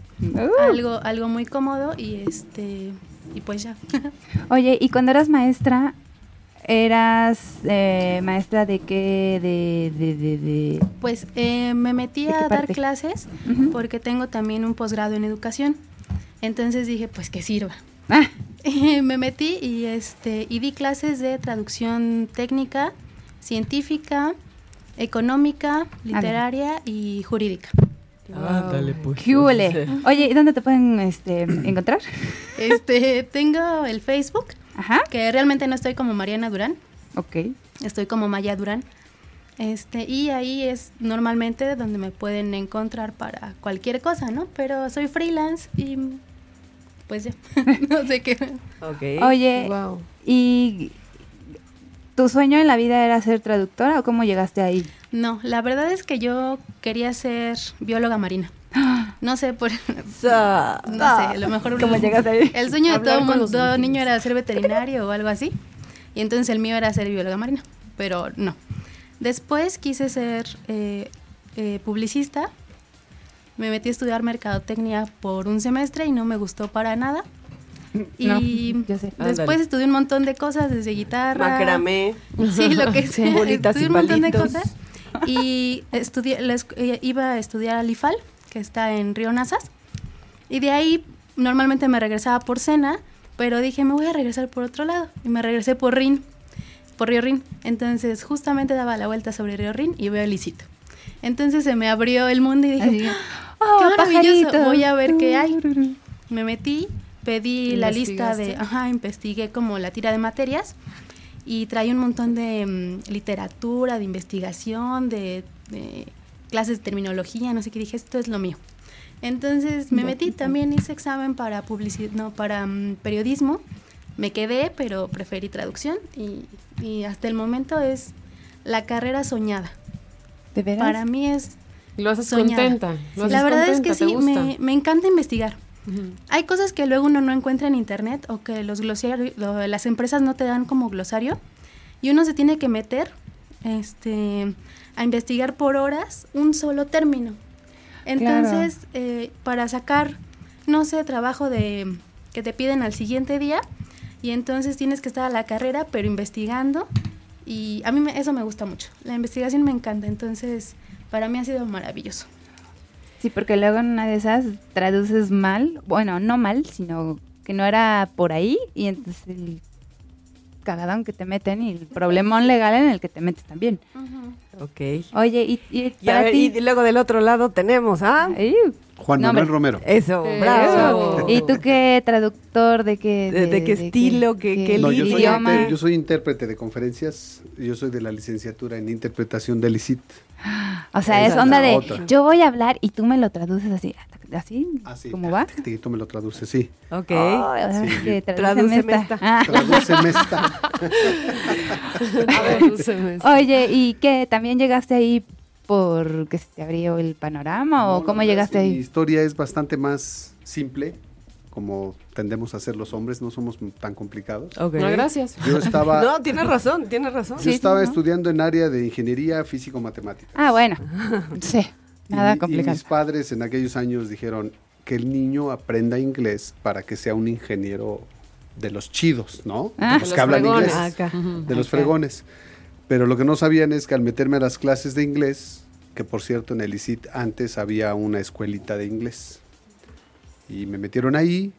Speaker 10: algo algo muy cómodo y este y pues ya.
Speaker 5: Oye, y cuando eras maestra, ¿eras eh, maestra de qué? De, de, de, de-
Speaker 10: Pues eh, me metí
Speaker 5: ¿De qué
Speaker 10: a dar
Speaker 5: parte?
Speaker 10: clases
Speaker 5: Ujú.
Speaker 10: porque tengo también un posgrado en educación. Entonces dije, pues que sirva.
Speaker 5: Ah,
Speaker 10: me metí y este y di clases de traducción técnica, científica, económica, literaria y jurídica.
Speaker 11: Ándale, pues.
Speaker 5: qué hule. Oye, ¿y dónde te pueden este, encontrar?
Speaker 10: Este, tengo el Facebook,
Speaker 5: Ajá,
Speaker 10: que realmente no estoy como Mariana Durán,
Speaker 5: ok.
Speaker 10: estoy como Maya Durán. Este, y ahí es normalmente donde me pueden encontrar para cualquier cosa, ¿no? Pero soy freelance y pues ya, no sé qué.
Speaker 11: Ok.
Speaker 5: Oye,
Speaker 7: Wow.
Speaker 5: ¿y tu sueño en la vida era ser traductora o cómo llegaste ahí?
Speaker 10: No, la verdad es que yo quería ser bióloga marina. No sé, por, no sé, a lo mejor
Speaker 5: ¿Cómo llegaste ahí?
Speaker 10: el sueño de
Speaker 7: Hablar
Speaker 10: todo
Speaker 7: con los
Speaker 10: mundo
Speaker 7: delfines.
Speaker 10: niño era ser veterinario o algo así. Y entonces el mío era ser bióloga marina, pero no. Después quise ser eh, eh, publicista. Me metí a estudiar mercadotecnia por un semestre y no me gustó para nada. Y
Speaker 5: yo sé.
Speaker 10: después
Speaker 11: Ándale.
Speaker 10: estudié un montón de cosas, desde guitarra,
Speaker 4: Macramé.
Speaker 10: Sí, lo que sea.
Speaker 4: Bolitas
Speaker 10: estudié
Speaker 4: y
Speaker 10: un montón de
Speaker 4: palitos.
Speaker 10: cosas. Y estudié, la escu- eh, iba a estudiar al IFAL, que está en Río Nazas. Y de ahí normalmente me regresaba por cena, pero dije, me voy a regresar por otro lado. Y me regresé por RIN, por Río RIN. Entonces justamente daba la vuelta sobre Río RIN y veo el Licito. Entonces se me abrió el mundo y
Speaker 5: Así.
Speaker 10: dije,
Speaker 5: ¡Oh,
Speaker 10: ¡Qué maravilloso!
Speaker 5: pajaritos!
Speaker 10: Voy a ver qué hay. Me metí, pedí la lista
Speaker 7: ¿Investigaste?
Speaker 10: de, ajá, investigué como la tira de materias y traí un montón de mm, literatura, de investigación, de, de clases de terminología, no sé qué dije, esto es lo mío. Entonces me metí, también hice examen para publici- no, para mm, periodismo. Me quedé, pero preferí traducción y, y hasta el momento es la carrera soñada.
Speaker 5: ¿De veras?
Speaker 10: Para mí es
Speaker 7: Y Lo haces
Speaker 10: Soñada.
Speaker 7: contenta. lo haces
Speaker 10: la verdad es que
Speaker 7: contenta,
Speaker 10: sí,
Speaker 7: te gusta.
Speaker 10: me, me encanta investigar.
Speaker 7: Ujú.
Speaker 10: Hay cosas que luego uno no encuentra en internet o que los glosarios, las empresas no te dan como glosario y uno se tiene que meter este, a investigar por horas un solo término. Entonces, eh, para sacar, no sé, trabajo de que te piden al siguiente día y entonces tienes que estar a la carrera pero investigando y a mí me- eso me gusta mucho. La investigación me encanta, entonces para mí ha sido maravilloso.
Speaker 5: Sí, porque luego en una de esas traduces mal, bueno, no mal, sino que no era por ahí y entonces el cagadón que te meten y el problemón legal en el que te metes también.
Speaker 11: Ok.
Speaker 5: Oye, y, y
Speaker 4: Y, a
Speaker 5: para
Speaker 4: ver,
Speaker 5: ti...
Speaker 4: y luego del otro lado tenemos, ¿ah?
Speaker 5: Ey,
Speaker 6: Juan
Speaker 5: No,
Speaker 6: Manuel
Speaker 5: hombre.
Speaker 6: Romero.
Speaker 4: Eso,
Speaker 7: Eso.
Speaker 4: bravo.
Speaker 5: ¿Y tú qué traductor? ¿De qué,
Speaker 4: Ah, oh. ¿De- de qué estilo? ¿Qué- qué
Speaker 6: No, yo, soy
Speaker 5: idioma?
Speaker 6: intérprete, yo soy intérprete de conferencias. Yo soy de la licenciatura en interpretación del ICIT.
Speaker 5: O sea, es
Speaker 6: Esa es
Speaker 5: onda
Speaker 6: la
Speaker 5: de
Speaker 6: otra.
Speaker 5: yo voy a hablar y tú me lo traduces así, así,
Speaker 6: Así.
Speaker 5: ¿cómo va?
Speaker 6: Y tú Ah, me lo traduces, sí.
Speaker 11: Ok.
Speaker 5: Ay, o sea,
Speaker 6: Sí.
Speaker 5: que
Speaker 4: Tradúceme
Speaker 5: tradúceme esta. Ah,
Speaker 6: Tradúceme esta.
Speaker 7: Tradúceme.
Speaker 4: Ah,
Speaker 5: oye, ¿y qué? ¿También llegaste ahí porque se te abrió el panorama o
Speaker 6: No,
Speaker 5: cómo
Speaker 6: la verdad
Speaker 5: llegaste
Speaker 6: es que Mi
Speaker 5: ahí?
Speaker 6: historia es bastante más simple, como tendemos a ser los hombres, no somos tan complicados.
Speaker 11: Ok.
Speaker 7: No, gracias.
Speaker 6: Yo estaba,
Speaker 4: No, tienes razón, tienes razón.
Speaker 6: yo
Speaker 5: sí,
Speaker 6: estaba
Speaker 5: ¿no?
Speaker 6: estudiando en área de ingeniería físico-matemática.
Speaker 5: Ah, bueno. Sí,
Speaker 6: Y
Speaker 5: nada
Speaker 6: mi- Y
Speaker 5: complicado.
Speaker 6: mis padres en aquellos años dijeron que el niño aprenda inglés para que sea un ingeniero de los chidos, ¿no? de
Speaker 7: De
Speaker 5: Ah.
Speaker 6: los
Speaker 7: los
Speaker 6: que hablan
Speaker 7: fregones.
Speaker 6: inglés.
Speaker 11: Acá.
Speaker 6: de los fregones. Pero lo que no sabían es que al meterme a las clases de inglés, que por cierto en el ICIT antes había una escuelita de inglés, y me metieron ahí,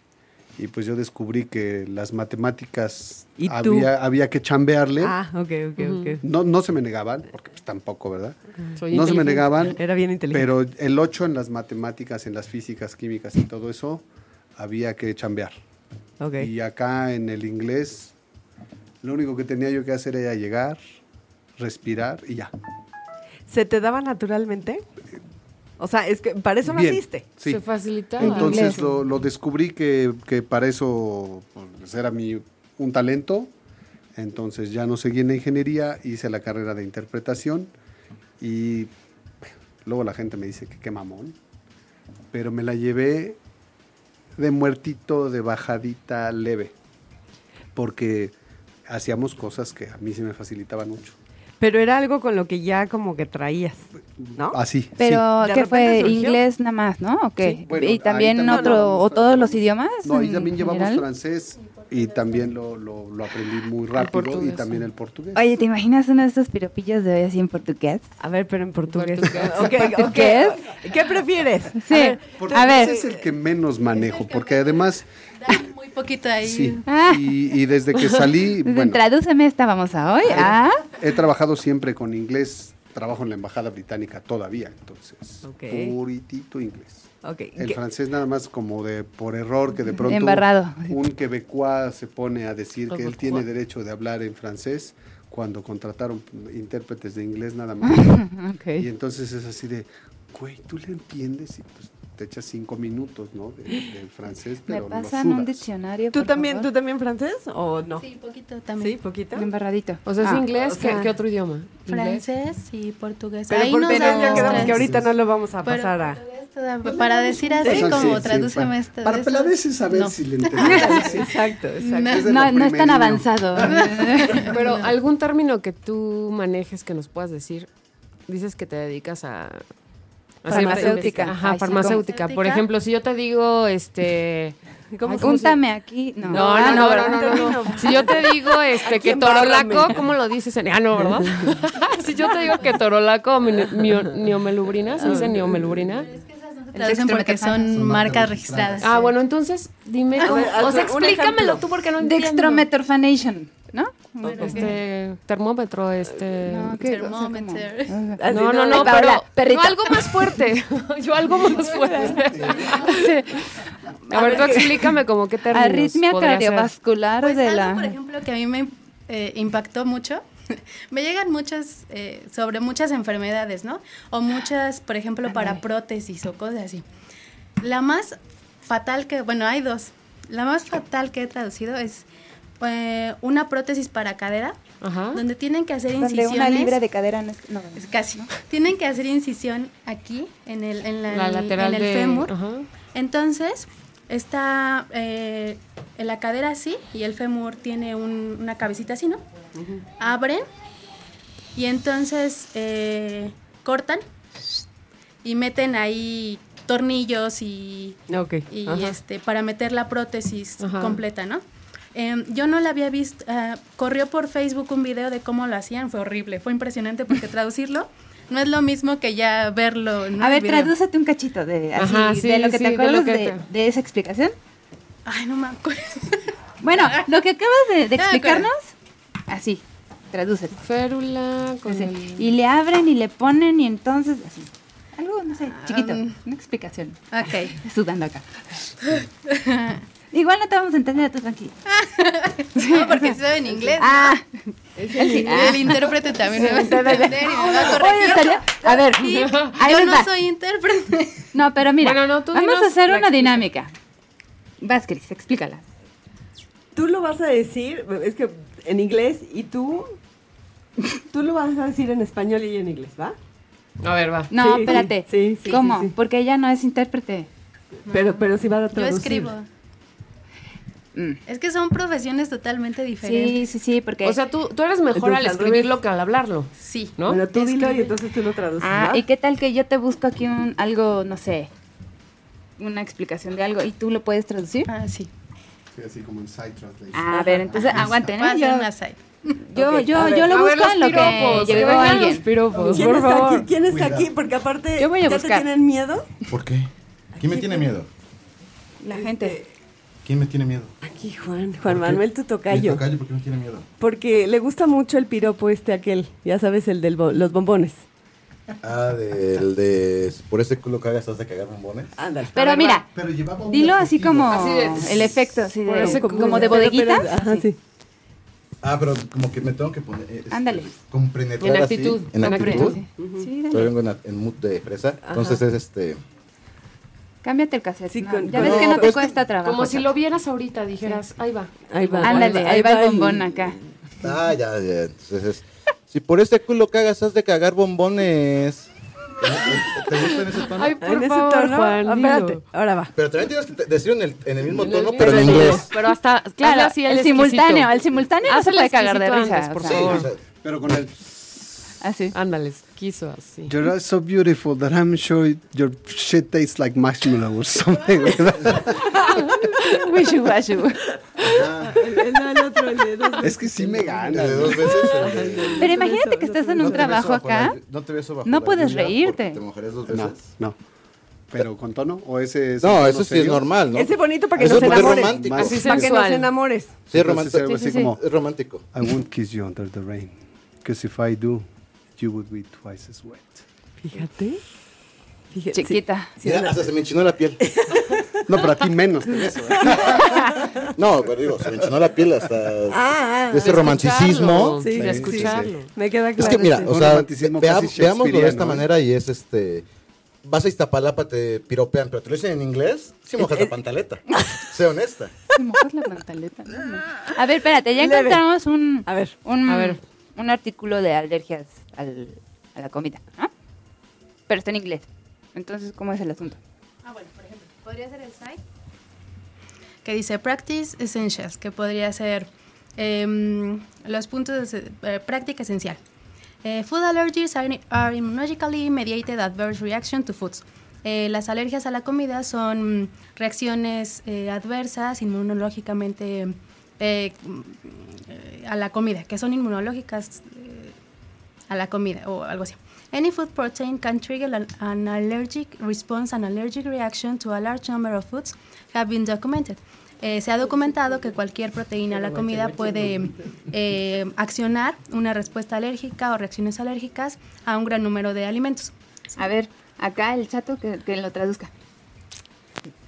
Speaker 6: y pues yo descubrí que las matemáticas
Speaker 11: ¿Y tú?
Speaker 6: había, había que chambearle.
Speaker 11: Ah, ok, ok, ok.
Speaker 6: No, no se me negaban, porque pues tampoco, ¿verdad?
Speaker 7: Soy
Speaker 6: No se me
Speaker 7: inteligente.
Speaker 6: negaban,
Speaker 11: Era bien inteligente.
Speaker 6: pero el 8 en las matemáticas, en las físicas, químicas y todo eso, había que chambear.
Speaker 11: ok.
Speaker 6: Y acá en el inglés, lo único que tenía yo que hacer era llegar, respirar y ya.
Speaker 4: ¿Se te daba naturalmente? O sea, es que para eso
Speaker 6: Bien,
Speaker 4: naciste.
Speaker 6: Sí.
Speaker 7: Se facilitaba.
Speaker 6: Entonces
Speaker 5: inglés.
Speaker 6: lo, lo descubrí que, que para eso pues, era mi, un talento. Entonces ya no seguí en la ingeniería, hice la carrera de interpretación y Luego la gente me dice que qué mamón. Pero me la llevé de muertito, de bajadita leve. Porque hacíamos cosas que a mí se me facilitaban mucho.
Speaker 4: Pero era algo con lo que ya como que traías, ¿no?
Speaker 6: Así.
Speaker 5: Pero
Speaker 4: De
Speaker 5: que fue
Speaker 4: repente surgió.
Speaker 5: inglés nada más, ¿no? ¿O qué?
Speaker 6: Sí, bueno,
Speaker 5: y
Speaker 6: ahí
Speaker 5: también
Speaker 6: también
Speaker 5: otro,
Speaker 6: llevamos
Speaker 5: o todos los idiomas.
Speaker 6: No, ahí
Speaker 5: en
Speaker 6: también llevamos
Speaker 5: general?
Speaker 6: francés y también lo, lo- lo aprendí muy rápido y
Speaker 7: portugués,
Speaker 6: también
Speaker 7: sí.
Speaker 6: el portugués.
Speaker 5: Oye, ¿te imaginas uno de esos piropillos de hoy así en portugués?
Speaker 4: A ver, pero en portugués.
Speaker 5: Portugués.
Speaker 4: Ok, ok. ¿Qué prefieres?
Speaker 5: Sí. A ver.
Speaker 6: Ese es el que menos manejo, porque además,
Speaker 10: Muy poquito ahí.
Speaker 6: sí,
Speaker 5: Ah.
Speaker 6: y, y desde que salí,
Speaker 5: Dicen,
Speaker 6: bueno,
Speaker 5: Tradúceme esta, vamos a hoy.
Speaker 6: Ah.
Speaker 5: Ah,
Speaker 6: he trabajado siempre con inglés, trabajo en la Embajada Británica todavía, entonces,
Speaker 4: Ok.
Speaker 6: puritito inglés.
Speaker 4: Ok,
Speaker 6: El
Speaker 4: ¿qué-
Speaker 6: francés nada más como de por error que de pronto
Speaker 5: Embarrado.
Speaker 6: un quebecuá se pone a decir que él
Speaker 7: Quebecuá.
Speaker 6: tiene derecho de hablar en francés cuando contrataron intérpretes de inglés nada más.
Speaker 5: ok.
Speaker 6: Y entonces es así de, güey, tú le entiendes y pues te echas cinco minutos, ¿no? De, del francés,
Speaker 5: Me
Speaker 6: pero no lo
Speaker 5: pasan un
Speaker 6: sudas.
Speaker 5: diccionario.
Speaker 4: ¿Tú
Speaker 5: por
Speaker 4: también, tú
Speaker 5: favor?
Speaker 4: también francés o no?
Speaker 10: Sí, poquito
Speaker 4: Sí,
Speaker 10: también.
Speaker 4: poquito.
Speaker 5: Embarradito.
Speaker 7: O sea, es
Speaker 5: Ah,
Speaker 7: inglés,
Speaker 4: o sea,
Speaker 7: ¿qué, qué otro idioma? ¿Inglés?
Speaker 10: Francés y portugués.
Speaker 4: Pero
Speaker 10: ahí
Speaker 4: por
Speaker 10: nos
Speaker 4: tener
Speaker 10: dan
Speaker 4: ya
Speaker 10: los
Speaker 4: quedamos que
Speaker 10: tres.
Speaker 4: ahorita no lo vamos a
Speaker 10: Pero
Speaker 4: pasar a...
Speaker 10: portugués te dan- Para decir así
Speaker 6: O sea,
Speaker 10: como
Speaker 6: sí, sí,
Speaker 10: tradúceme
Speaker 6: para-
Speaker 10: esto.
Speaker 6: Para
Speaker 10: eso".
Speaker 6: peladeces a ver
Speaker 10: No.
Speaker 6: si le entiendes.
Speaker 4: Exacto, exacto.
Speaker 10: No.
Speaker 6: Es de lo
Speaker 5: No, no es tan
Speaker 6: primerino.
Speaker 5: avanzado.
Speaker 7: Pero algún término que tú manejes que nos puedas decir, dices que te dedicas a... a hacer-
Speaker 5: Farmacéutica.
Speaker 7: Ajá,
Speaker 5: Ay, sí,
Speaker 7: farmacéutica. Por
Speaker 10: farmacéutica.
Speaker 7: ejemplo, si yo te digo, este...
Speaker 4: ¿Cómo
Speaker 7: Ay,
Speaker 4: se dice?
Speaker 5: Apúntame aquí. No,
Speaker 7: No,
Speaker 5: Ah,
Speaker 7: no, no, no,
Speaker 5: ¿verdad?
Speaker 7: no, no, no. Si yo te digo este
Speaker 4: Aquí
Speaker 7: que
Speaker 4: en Bárrame.
Speaker 7: torolaco, ¿cómo lo dices? en- Ah, no, ¿verdad? si yo te digo que torolaco o mini- mio- neomelubrina, ¿se dice neomelubrina?
Speaker 10: Es que esas no se
Speaker 5: El
Speaker 10: traducen
Speaker 5: texto
Speaker 10: porque
Speaker 5: mexicano.
Speaker 10: son
Speaker 6: Son
Speaker 10: marcas
Speaker 6: marcas
Speaker 10: registradas.
Speaker 7: Ah, bueno, entonces dime
Speaker 4: A
Speaker 7: cómo...
Speaker 4: ver,
Speaker 7: o sea,
Speaker 4: hazme un
Speaker 7: explícamelo
Speaker 4: ejemplo.
Speaker 7: tú porque no entiendo.
Speaker 5: Dextrometorfanation, ¿no?
Speaker 10: Eh,
Speaker 7: Este, termómetro, este...
Speaker 5: No, ¿qué?
Speaker 10: Termómetro.
Speaker 4: Así,
Speaker 7: No, no, no,
Speaker 5: Paola,
Speaker 7: pero
Speaker 5: perrito.
Speaker 7: no, algo más fuerte. Yo algo más fuerte. Sí. A ver, tú explícame como qué términos
Speaker 5: Arritmia
Speaker 7: podría ser.
Speaker 5: cardiovascular
Speaker 10: Pues
Speaker 5: de
Speaker 10: algo,
Speaker 5: la...
Speaker 10: por ejemplo, que a mí me eh, impactó mucho. me llegan muchas, eh, sobre muchas enfermedades, ¿no? O muchas, por ejemplo, para prótesis o cosas así. La más fatal que, bueno, hay dos. La más fatal que he traducido es eh, una prótesis para cadera,
Speaker 7: Ajá.
Speaker 10: donde tienen que hacer
Speaker 8: Donde
Speaker 10: incisiones.
Speaker 8: una libra de cadera no es... No,
Speaker 10: Es Casi. Tienen que hacer incisión aquí, en el, en la-
Speaker 7: La lateral
Speaker 10: en el
Speaker 7: de...
Speaker 10: fémur.
Speaker 7: Ajá.
Speaker 10: Entonces, está eh, en la cadera así y el fémur tiene un- una cabecita así, ¿no? Abren y entonces eh, cortan y meten ahí tornillos y,
Speaker 4: Ok.
Speaker 10: y,
Speaker 4: ajá.
Speaker 10: este para meter la prótesis
Speaker 7: Ajá.
Speaker 10: completa, ¿no? Em, yo no la había visto, ah, corrió por Facebook un video de cómo lo hacían, fue horrible, fue impresionante porque traducirlo no es lo mismo que ya verlo. ¿no?
Speaker 5: A
Speaker 10: El
Speaker 5: ver,
Speaker 10: video.
Speaker 5: tradúcete un cachito de, así,
Speaker 7: Ajá, sí,
Speaker 5: de lo que
Speaker 7: sí,
Speaker 5: te
Speaker 7: de lo
Speaker 5: acuerdas
Speaker 7: que
Speaker 5: de,
Speaker 7: te-
Speaker 5: de esa explicación.
Speaker 10: Ay, no me acuerdo.
Speaker 5: Bueno, lo que acabas de, de
Speaker 10: Ya me acuerdo.
Speaker 5: explicarnos, así, tradúcete.
Speaker 7: Férula con
Speaker 5: Así,
Speaker 7: el-
Speaker 5: Y le abren y le ponen y entonces, así. Algo, no sé, chiquito,
Speaker 10: Um,
Speaker 5: una explicación.
Speaker 10: Ok.
Speaker 5: Sudando acá. Igual no te vamos a entender, tú tranquilo.
Speaker 10: No, porque se sabe en inglés.
Speaker 5: Ah,
Speaker 10: el, el intérprete también me va a entender y me va a
Speaker 5: Ah. oye,
Speaker 10: corregir.
Speaker 5: estaría- A ver,
Speaker 10: Sí,
Speaker 5: ahí
Speaker 10: yo
Speaker 5: les
Speaker 10: no
Speaker 5: va.
Speaker 10: soy intérprete.
Speaker 5: No, pero mira,
Speaker 7: Bueno, no, tú
Speaker 5: vamos
Speaker 7: dinos
Speaker 5: a hacer
Speaker 7: la
Speaker 5: una
Speaker 7: explicación.
Speaker 5: dinámica. Vas, Cris, explícala.
Speaker 4: Tú lo vas a decir, es que en inglés, y tú... Tú lo vas a decir en español y en inglés, ¿va?
Speaker 7: A ver, va.
Speaker 5: No,
Speaker 4: Sí,
Speaker 5: espérate.
Speaker 4: sí, sí,
Speaker 5: ¿Cómo?
Speaker 4: sí, sí.
Speaker 5: Porque ella no es intérprete.
Speaker 4: Pero, pero sí vas a
Speaker 10: Yo
Speaker 4: traducir.
Speaker 10: escribo.
Speaker 5: Mm.
Speaker 10: Es que son profesiones totalmente diferentes.
Speaker 5: Sí, sí, sí, porque...
Speaker 7: O sea, tú, tú eres mejor
Speaker 4: Entonces,
Speaker 7: al
Speaker 4: al
Speaker 7: escribirlo
Speaker 4: revés.
Speaker 7: que al hablarlo,
Speaker 10: Sí.
Speaker 7: ¿no?
Speaker 4: Bueno, tú dilo y
Speaker 10: Escribe.
Speaker 4: entonces tú lo traduces,
Speaker 5: Ah,
Speaker 4: ¿va?
Speaker 5: ¿y qué tal que yo te busco aquí un, algo, no sé, una explicación de algo y tú lo puedes traducir?
Speaker 10: Ah, sí.
Speaker 6: Sí, así como en side translation.
Speaker 5: A ver, entonces aguanten,
Speaker 10: Voy a
Speaker 5: ¿eh?
Speaker 10: hacer una
Speaker 5: Yo,
Speaker 10: side.
Speaker 5: yo,
Speaker 4: Ok, a
Speaker 5: yo,
Speaker 4: ver,
Speaker 5: yo lo
Speaker 7: a ver
Speaker 5: busco
Speaker 7: los
Speaker 5: en lo que
Speaker 7: piropos, que
Speaker 5: llegó
Speaker 7: vengan los
Speaker 5: alguien.
Speaker 7: piropos,
Speaker 4: ¿Quién
Speaker 7: por
Speaker 4: está
Speaker 7: favor.
Speaker 4: aquí? ¿Quién está
Speaker 12: Cuidado.
Speaker 4: aquí? Porque aparte,
Speaker 5: Yo voy a
Speaker 4: ¿ya te
Speaker 5: buscar.
Speaker 4: tienen miedo?
Speaker 12: ¿Por qué? ¿Quién me tiene miedo?
Speaker 5: La gente.
Speaker 12: ¿Quién me tiene miedo?
Speaker 4: Aquí, Juan. Juan
Speaker 12: ¿Por qué?
Speaker 4: Manuel, tu
Speaker 12: Mi
Speaker 4: tocayo.
Speaker 12: tocayo, ¿Por qué me tiene miedo?
Speaker 4: Porque le gusta mucho el piropo este aquel. Ya sabes, el de los bombones.
Speaker 12: Ah, del de... Por ese culo que hagas hasta cagar bombones.
Speaker 4: Ándale.
Speaker 5: Pero mira,
Speaker 12: Pero llevaba Ah, un
Speaker 5: dilo así
Speaker 12: adjetivo.
Speaker 5: como
Speaker 7: Así de-
Speaker 5: el efecto, así
Speaker 7: Por
Speaker 5: de-
Speaker 7: eso
Speaker 5: como,
Speaker 7: como-
Speaker 5: de
Speaker 4: Pero, pero,
Speaker 5: bodeguita.
Speaker 4: Ajá, sí.
Speaker 12: Ah, pero como que me tengo que poner... eh,
Speaker 5: Ándale.
Speaker 12: Compenetrar
Speaker 7: En
Speaker 12: así,
Speaker 7: actitud,
Speaker 12: En
Speaker 7: en
Speaker 12: actitud.
Speaker 7: actitud.
Speaker 5: Sí, dale.
Speaker 12: Todavía vengo en, a- en mood de fresa. Entonces es este...
Speaker 5: Cámbiate el cassette.
Speaker 4: Sí,
Speaker 5: ¿no?
Speaker 4: con-
Speaker 5: ya
Speaker 4: con-
Speaker 5: ves que
Speaker 12: No,
Speaker 5: no
Speaker 12: pero
Speaker 5: te
Speaker 12: es que-
Speaker 5: cuesta trabajo.
Speaker 7: Como si
Speaker 5: chato.
Speaker 7: lo vieras ahorita, dijeras, ahí va.
Speaker 4: Ahí va.
Speaker 5: Ándale, ahí va el bombón acá.
Speaker 12: Ah, ya, ya. Entonces es... Si por este culo cagas, has de cagar bombones. ¿Te gusta en ese tono?
Speaker 7: Ay, por En ese favor, tono, ¿no? Juan,
Speaker 12: Ah,
Speaker 7: dilo.
Speaker 4: ahora va.
Speaker 12: Pero también tienes que te- decirlo en el, en el mismo tono,
Speaker 7: mismo
Speaker 12: pero en
Speaker 7: tono.
Speaker 12: inglés.
Speaker 7: Pero hasta,
Speaker 5: Claro,
Speaker 7: hazle así
Speaker 5: el,
Speaker 7: exquisito.
Speaker 5: simultáneo, el simultáneo no se
Speaker 7: Hazle
Speaker 5: puede cagar de
Speaker 7: exquisito
Speaker 5: risa.
Speaker 7: antes, por
Speaker 5: o sea,
Speaker 7: favor.
Speaker 12: Pero con el...
Speaker 5: Así.
Speaker 7: Ándale, quiso así.
Speaker 6: You're all so beautiful that I'm sure your shit tastes like marshmallow or something. like that.
Speaker 5: Wishu, washu.
Speaker 6: es que sí me gana.
Speaker 12: De dos veces. el de-
Speaker 5: Pero imagínate que estás en
Speaker 12: No
Speaker 5: un
Speaker 12: te beso
Speaker 5: trabajo
Speaker 12: bajo la
Speaker 5: acá.
Speaker 12: llu- No te beso bajo
Speaker 5: No
Speaker 12: la
Speaker 5: puedes
Speaker 12: lluvia
Speaker 5: reírte.
Speaker 12: porque Te mojarás dos
Speaker 6: No,
Speaker 12: veces.
Speaker 6: no. Pero con tono o ese es
Speaker 12: No, eso sí es normal, ¿no?
Speaker 4: Ese bonito para que
Speaker 12: Eso
Speaker 4: nos
Speaker 12: porque es
Speaker 4: enamores.
Speaker 12: romántico.
Speaker 4: Así para que nos
Speaker 7: sensual.
Speaker 4: enamores.
Speaker 12: Sí, es romántico.
Speaker 6: Sí, sí, sí.
Speaker 12: Es romántico.
Speaker 6: I won't kiss you under the rain, because if I do, you would be twice as wet.
Speaker 4: Fíjate. Fíjate.
Speaker 5: Chiquita.
Speaker 12: Mira, hasta se me enchinó la piel.
Speaker 6: No, pero a ti menos. que eso, ¿eh?
Speaker 12: No, pero digo, se me enchinó la piel hasta...
Speaker 4: Ah, ah,
Speaker 12: De ese romanticismo.
Speaker 4: Sí,
Speaker 7: de
Speaker 4: sí, sí.
Speaker 7: escucharlo.
Speaker 4: Me queda
Speaker 12: Es
Speaker 4: claro.
Speaker 12: que mira,
Speaker 4: sí.
Speaker 12: o
Speaker 6: Un
Speaker 12: sea,
Speaker 6: romanticismo
Speaker 12: vea-
Speaker 6: casi
Speaker 12: veámoslo de esta
Speaker 6: shakespeariano, ¿eh?
Speaker 12: manera y es este... Vas a Iztapalapa, te piropean, pero te lo dicen en inglés, si mojas la pantaleta. Sé honesta.
Speaker 5: Te mojas la pantaleta. no, no. A ver, espérate, ya
Speaker 4: Leve.
Speaker 5: encontramos un,
Speaker 4: A ver.
Speaker 5: un,
Speaker 7: A ver.
Speaker 5: un artículo de alergias al- a la comida, ¿no? Pero está en inglés. Entonces, ¿cómo es el asunto?
Speaker 10: Ah, bueno, por ejemplo, podría ser el site que dice practice essentials, que podría ser em, los puntos de eh, práctica esencial. Eh, food allergies are, are immunologically mediated adverse reaction to foods. Eh, las alergias a la comida son mm, reacciones eh, adversas inmunológicamente eh, mm, eh, a la comida, que son inmunológicas eh, a la comida o algo así. Any food protein can trigger an, an allergic response, an allergic reaction to a large number of foods have been documented. Eh, se ha documentado que cualquier proteína a la comida puede eh, accionar una respuesta alérgica o reacciones alérgicas a un gran número de alimentos.
Speaker 5: A ver, acá el chato que, que lo traduzca.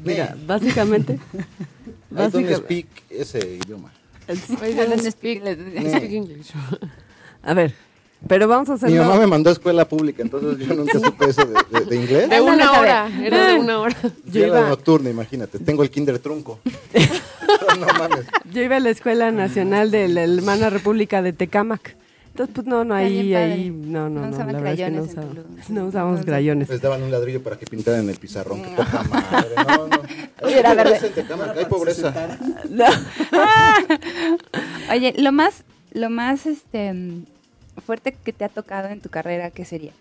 Speaker 12: Mira,
Speaker 4: Básicamente.
Speaker 12: I don't
Speaker 4: básicamente-
Speaker 12: speak ese idioma.
Speaker 7: Speak English.
Speaker 4: A ver. Pero vamos a
Speaker 12: Mi
Speaker 4: hacerlo.
Speaker 12: mamá me mandó a escuela pública, entonces yo nunca supe eso de, de- de inglés.
Speaker 7: De
Speaker 5: Ándale,
Speaker 7: una
Speaker 5: a ver.
Speaker 7: hora, era de una hora.
Speaker 12: Yo
Speaker 4: Yo
Speaker 12: era
Speaker 4: iba-
Speaker 12: nocturna, imagínate. Tengo el kinder trunco. no mames.
Speaker 4: Yo iba a la Escuela Nacional de la Hermana República de Tecámac. Entonces, pues no, no,
Speaker 5: Está
Speaker 4: ahí,
Speaker 5: bien padre.
Speaker 4: ahí, no, no,
Speaker 5: No
Speaker 4: no,
Speaker 5: usaban
Speaker 4: la verdad es que no
Speaker 5: crayones en
Speaker 4: usaban,
Speaker 5: Tulum.
Speaker 4: no usábamos
Speaker 5: Entonces-
Speaker 4: crayones.
Speaker 12: Les daban un ladrillo para que pintaran en el pizarrón. Qué poca madre. No, no. Hay
Speaker 5: Era
Speaker 12: pobreza
Speaker 5: verde.
Speaker 12: en Tecámac, Hay pobreza.
Speaker 4: No.
Speaker 5: Oye, lo más, lo más este, mm, fuerte que te ha tocado en tu carrera, ¿qué sería?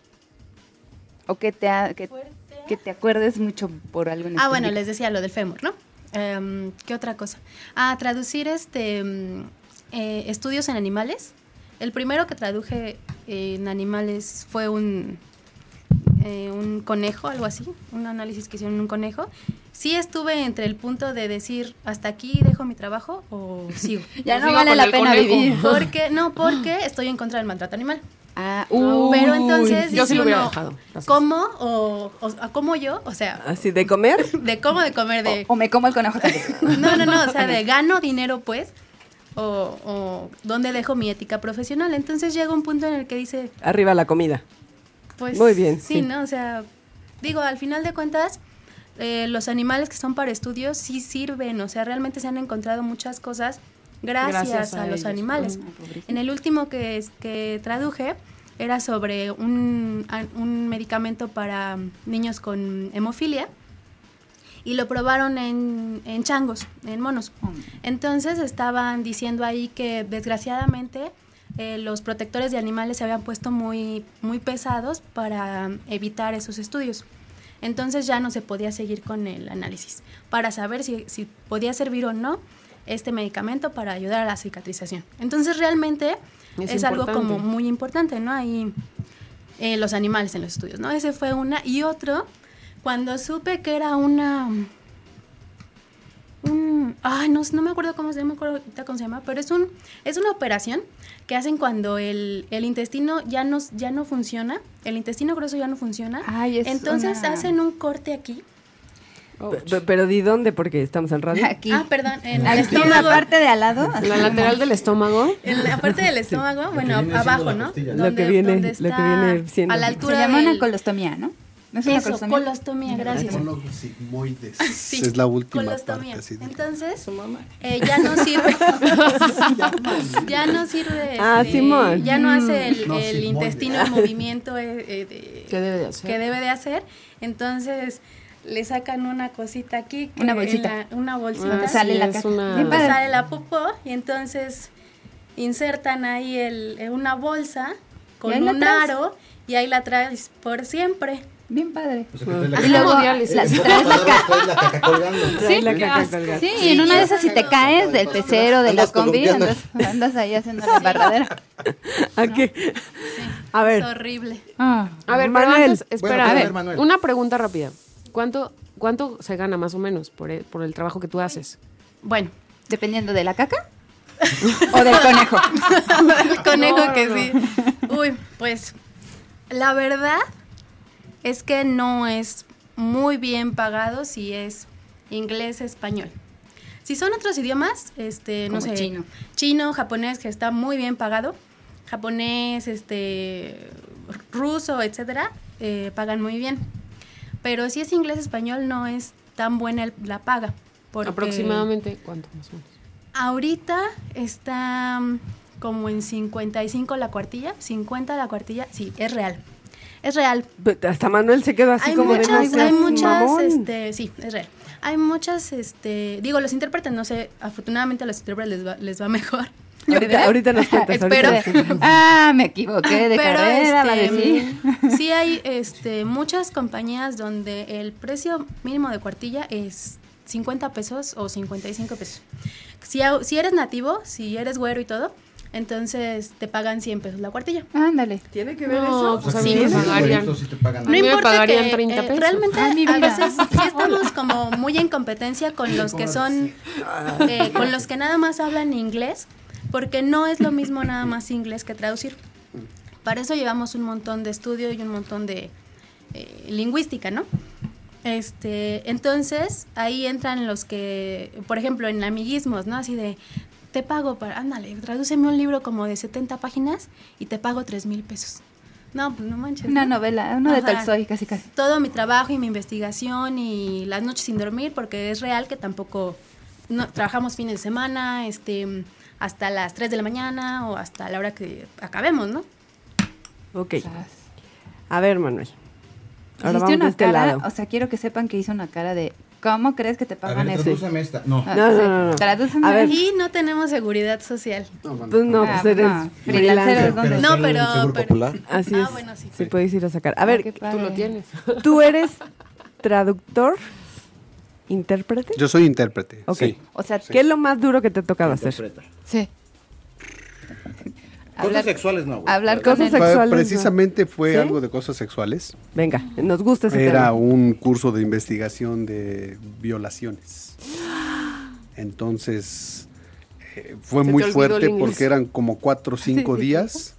Speaker 5: ¿O que te, ha- que, que te acuerdes mucho por algo en
Speaker 10: Ah, bueno,
Speaker 5: específico?
Speaker 10: les decía lo del fémur, ¿no? Em, ¿Qué otra cosa? Ah, traducir este mm, eh, estudios en animales. El primero que traduje en animales fue un, eh, un conejo, algo así, un análisis que hicieron en un conejo. Sí estuve entre el punto de decir, hasta aquí dejo mi trabajo o sigo.
Speaker 5: Ya no
Speaker 7: Sigo
Speaker 5: vale
Speaker 7: con
Speaker 5: la
Speaker 7: el
Speaker 5: pena
Speaker 7: conejo.
Speaker 5: vivir.
Speaker 10: Porque, no, porque estoy en contra del maltrato animal.
Speaker 5: Ah,
Speaker 10: Pero entonces,
Speaker 7: yo sí
Speaker 10: dice
Speaker 7: lo hubiera
Speaker 10: uno,
Speaker 7: dejado. Gracias.
Speaker 10: ¿cómo o, o- cómo yo? O sea,
Speaker 4: Así de comer.
Speaker 10: de cómo de comer
Speaker 7: Oh,
Speaker 10: de...
Speaker 5: O, o me como el conejo también.
Speaker 10: No, no, no, o sea, de gano dinero, pues, o, o dónde dejo mi ética profesional. Entonces llega un punto en el que dice,
Speaker 4: Arriba la comida.
Speaker 10: pues...
Speaker 4: Muy bien,
Speaker 10: Sí,
Speaker 4: sí.
Speaker 10: ¿no? O sea, digo, al final de cuentas, eh, los animales que son para estudios sí sirven, o sea, realmente se han encontrado muchas cosas gracias,
Speaker 7: Gracias a
Speaker 10: a, los
Speaker 7: ellos.
Speaker 10: animales. En el último que, es- que traduje era sobre un, a- un medicamento para mm, niños con hemofilia y lo probaron en, en changos, en monos. Entonces estaban diciendo ahí que desgraciadamente eh, los protectores de animales se habían puesto muy, muy pesados para mm, evitar esos estudios. Entonces ya no se podía seguir con el análisis para saber si, si podía servir o no este medicamento para ayudar a la cicatrización. Entonces realmente
Speaker 7: Es
Speaker 10: es, algo
Speaker 7: importante.
Speaker 10: como muy importante, ¿no? Ahí eh, los animales en los estudios, ¿no? Ese fue una. Y otro, cuando supe que era una... un- ay, no, no me acuerdo cómo se llama, no me acuerdo ahorita cómo se llama, pero es, un, es una operación que hacen cuando el, el intestino ya no, ya no funciona, el intestino grueso ya no funciona.
Speaker 5: Ay, es
Speaker 10: Entonces
Speaker 5: una-
Speaker 10: hacen un corte aquí.
Speaker 4: Pe- pe- Pero ¿de dónde? Porque estamos en radio.
Speaker 5: Aquí.
Speaker 10: Ah, perdón, en el
Speaker 5: Aquí en la
Speaker 10: estómago.
Speaker 5: parte de al lado.
Speaker 7: En La lateral del estómago.
Speaker 10: En la parte del estómago,
Speaker 12: viene
Speaker 10: bueno,
Speaker 12: siendo
Speaker 10: abajo,
Speaker 12: la
Speaker 10: ¿no?
Speaker 12: costilla,
Speaker 4: ¿no? Lo que viene- lo que viene siendo.
Speaker 10: A la
Speaker 5: Se
Speaker 10: altura
Speaker 5: llama una
Speaker 10: del,
Speaker 5: colostomía, ¿no? ¿No es una
Speaker 10: Eso,
Speaker 5: colostomía?
Speaker 10: colostomía, gracias.
Speaker 6: Sigmoides.
Speaker 10: Sí,
Speaker 6: Es la última
Speaker 10: colostomía.
Speaker 6: parte. Así de-
Speaker 10: Entonces, eh, ya no sirve. ya no sirve.
Speaker 4: Ah,
Speaker 10: este,
Speaker 4: Simón.
Speaker 10: Ya no hace el,
Speaker 4: No,
Speaker 10: el
Speaker 4: Simón,
Speaker 10: intestino
Speaker 4: ya.
Speaker 10: el movimiento eh, eh, de-
Speaker 7: ¿Qué debe de hacer?
Speaker 10: que debe de hacer. Entonces, le sacan una cosita aquí. que
Speaker 5: Una
Speaker 10: en
Speaker 5: bolsita.
Speaker 10: la- una bolsita.
Speaker 5: Ah, sale la
Speaker 10: es
Speaker 5: caca.
Speaker 10: una-
Speaker 5: Bien padre.
Speaker 10: Sale la popó y entonces insertan ahí el, eh, una bolsa
Speaker 5: Y ahí
Speaker 10: con
Speaker 5: la
Speaker 10: un
Speaker 5: traes.
Speaker 10: aro y ahí la traes por siempre.
Speaker 5: Bien padre.
Speaker 12: O sea, que traes Pues, la
Speaker 5: Y
Speaker 12: caca-
Speaker 5: luego,
Speaker 12: Eh,
Speaker 5: la-
Speaker 12: en
Speaker 5: si
Speaker 12: pocas
Speaker 5: traes la
Speaker 12: palabras,
Speaker 5: caca-
Speaker 12: traes la caca colgando.
Speaker 5: Sí, sí, y en una de esas si te caes del pecero de la
Speaker 12: Andas
Speaker 5: combi,
Speaker 12: columpiando.
Speaker 5: andas, andas ahí haciendo la embarradera.
Speaker 4: A ver.
Speaker 10: Es horrible.
Speaker 4: Ah.
Speaker 7: A ver,
Speaker 4: Manuel.
Speaker 7: pero antes, espera,
Speaker 4: Bueno,
Speaker 7: a
Speaker 4: a ver,
Speaker 7: ver,
Speaker 4: Manuel.
Speaker 7: una pregunta rápida. ¿Cuánto, ¿Cuánto se gana más o menos por el, por el trabajo que tú haces?
Speaker 10: Bueno,
Speaker 5: dependiendo de la caca o del conejo.
Speaker 10: El conejo
Speaker 5: No,
Speaker 10: que
Speaker 5: no,
Speaker 10: sí. Uy, pues la verdad es que no es muy bien pagado si es inglés, español. Si son otros idiomas, este, no
Speaker 5: Como
Speaker 10: sé,
Speaker 5: chino.
Speaker 10: chino, japonés que está muy bien pagado, japonés, este, ruso, etcétera, eh, pagan muy bien. Pero si es inglés, español no es tan buena el- la paga. porque-
Speaker 7: Aproximadamente, ¿cuánto más o menos?
Speaker 10: Ahorita está mm, como en 55 la cuartilla, 50 la cuartilla, sí, es real. Es real.
Speaker 4: Pero Hasta Manuel se quedó así
Speaker 10: hay
Speaker 4: como de no
Speaker 10: muchas,
Speaker 4: seas
Speaker 10: hay muchas,
Speaker 4: mamón.
Speaker 10: este, sí, es real. Hay muchas, este, digo, los intérpretes, no sé, afortunadamente a los intérpretes les va, les va mejor.
Speaker 4: Ahorita, ahorita nos cuentas. ahorita
Speaker 10: Espero.
Speaker 4: nos cuentas.
Speaker 5: Ah, me equivoqué de carrera, va a
Speaker 10: este,
Speaker 5: decir.
Speaker 4: mm.
Speaker 10: sí hay este, muchas compañías donde el precio mínimo de cuartilla es 50 pesos o 55 pesos. Si, au- si eres nativo, si eres güero y todo, entonces te pagan 100 pesos la cuartilla.
Speaker 5: Ándale.
Speaker 4: ¿Tiene que
Speaker 7: ver No, eso? pues a mí
Speaker 10: Sí.
Speaker 7: me pagarían.
Speaker 10: No
Speaker 7: A mí me
Speaker 10: importa
Speaker 7: pagarían
Speaker 10: que,
Speaker 7: 30
Speaker 10: eh,
Speaker 7: pesos.
Speaker 10: Realmente
Speaker 5: Ay, mi
Speaker 10: a
Speaker 5: vida.
Speaker 10: veces sí estamos como muy en competencia con los que son, eh, con los que nada más hablan inglés, porque no es lo mismo nada más inglés que traducir. Para eso llevamos un montón de estudio y un montón de eh, lingüística, ¿no? Este, entonces ahí entran los que, por ejemplo, en amiguismos, ¿no? Así de te pago para, ándale, tradúceme un libro como de 70 páginas y te pago 3 mil pesos. No, pues no manches.
Speaker 5: Una
Speaker 10: ¿no?
Speaker 5: novela, uno de
Speaker 10: Ajá.
Speaker 5: Tolstoy, casi casi.
Speaker 10: Todo mi trabajo y mi investigación y las noches sin dormir, porque es real que tampoco no, trabajamos fines de semana, este, hasta las 3 de la mañana o hasta la hora que acabemos, ¿no?
Speaker 4: Ok. A ver, Manuel. Ahora
Speaker 5: Hiciste
Speaker 4: vamos
Speaker 5: una
Speaker 4: de este
Speaker 5: cara,
Speaker 4: lado.
Speaker 5: o sea, quiero que sepan que hizo una cara de ¿Cómo crees que te
Speaker 12: A
Speaker 5: pagan
Speaker 12: ver,
Speaker 5: eso?
Speaker 12: tradúceme esta. No.
Speaker 5: Ah,
Speaker 4: No,
Speaker 5: sí.
Speaker 4: no, no, no.
Speaker 5: Tradúceme.
Speaker 4: A ver.
Speaker 10: Y no tenemos seguridad social.
Speaker 4: Pues no,
Speaker 5: Ah,
Speaker 4: pues eres
Speaker 5: no.
Speaker 4: freelancer.
Speaker 5: Freelanceros, ¿dónde?
Speaker 10: No, pero- pero-
Speaker 4: Así
Speaker 10: Ah,
Speaker 4: es.
Speaker 10: bueno, sí.
Speaker 4: Se puedes ir a sacar. A ver,
Speaker 5: Ah, qué padre.
Speaker 7: Tú lo tienes.
Speaker 4: tú eres traductor, intérprete.
Speaker 6: Yo soy intérprete.
Speaker 4: Ok.
Speaker 6: sí.
Speaker 5: pues, O sea,
Speaker 4: ¿Qué es lo más duro que te ha tocado hacer?
Speaker 5: Sí.
Speaker 12: Cosas sexuales no, güey.
Speaker 5: hablar con
Speaker 4: Cosas
Speaker 5: él.
Speaker 6: Fue-
Speaker 4: sexuales, ¿no?
Speaker 6: precisamente fue
Speaker 4: ¿Sí?
Speaker 6: algo de cosas sexuales.
Speaker 4: Venga, nos gusta ese
Speaker 6: Era
Speaker 4: tema.
Speaker 6: un curso de investigación de violaciones. Entonces eh, fue
Speaker 7: Se te
Speaker 6: muy
Speaker 7: olvidó el
Speaker 6: fuerte
Speaker 7: inglés.
Speaker 6: porque eran como cuatro o cinco días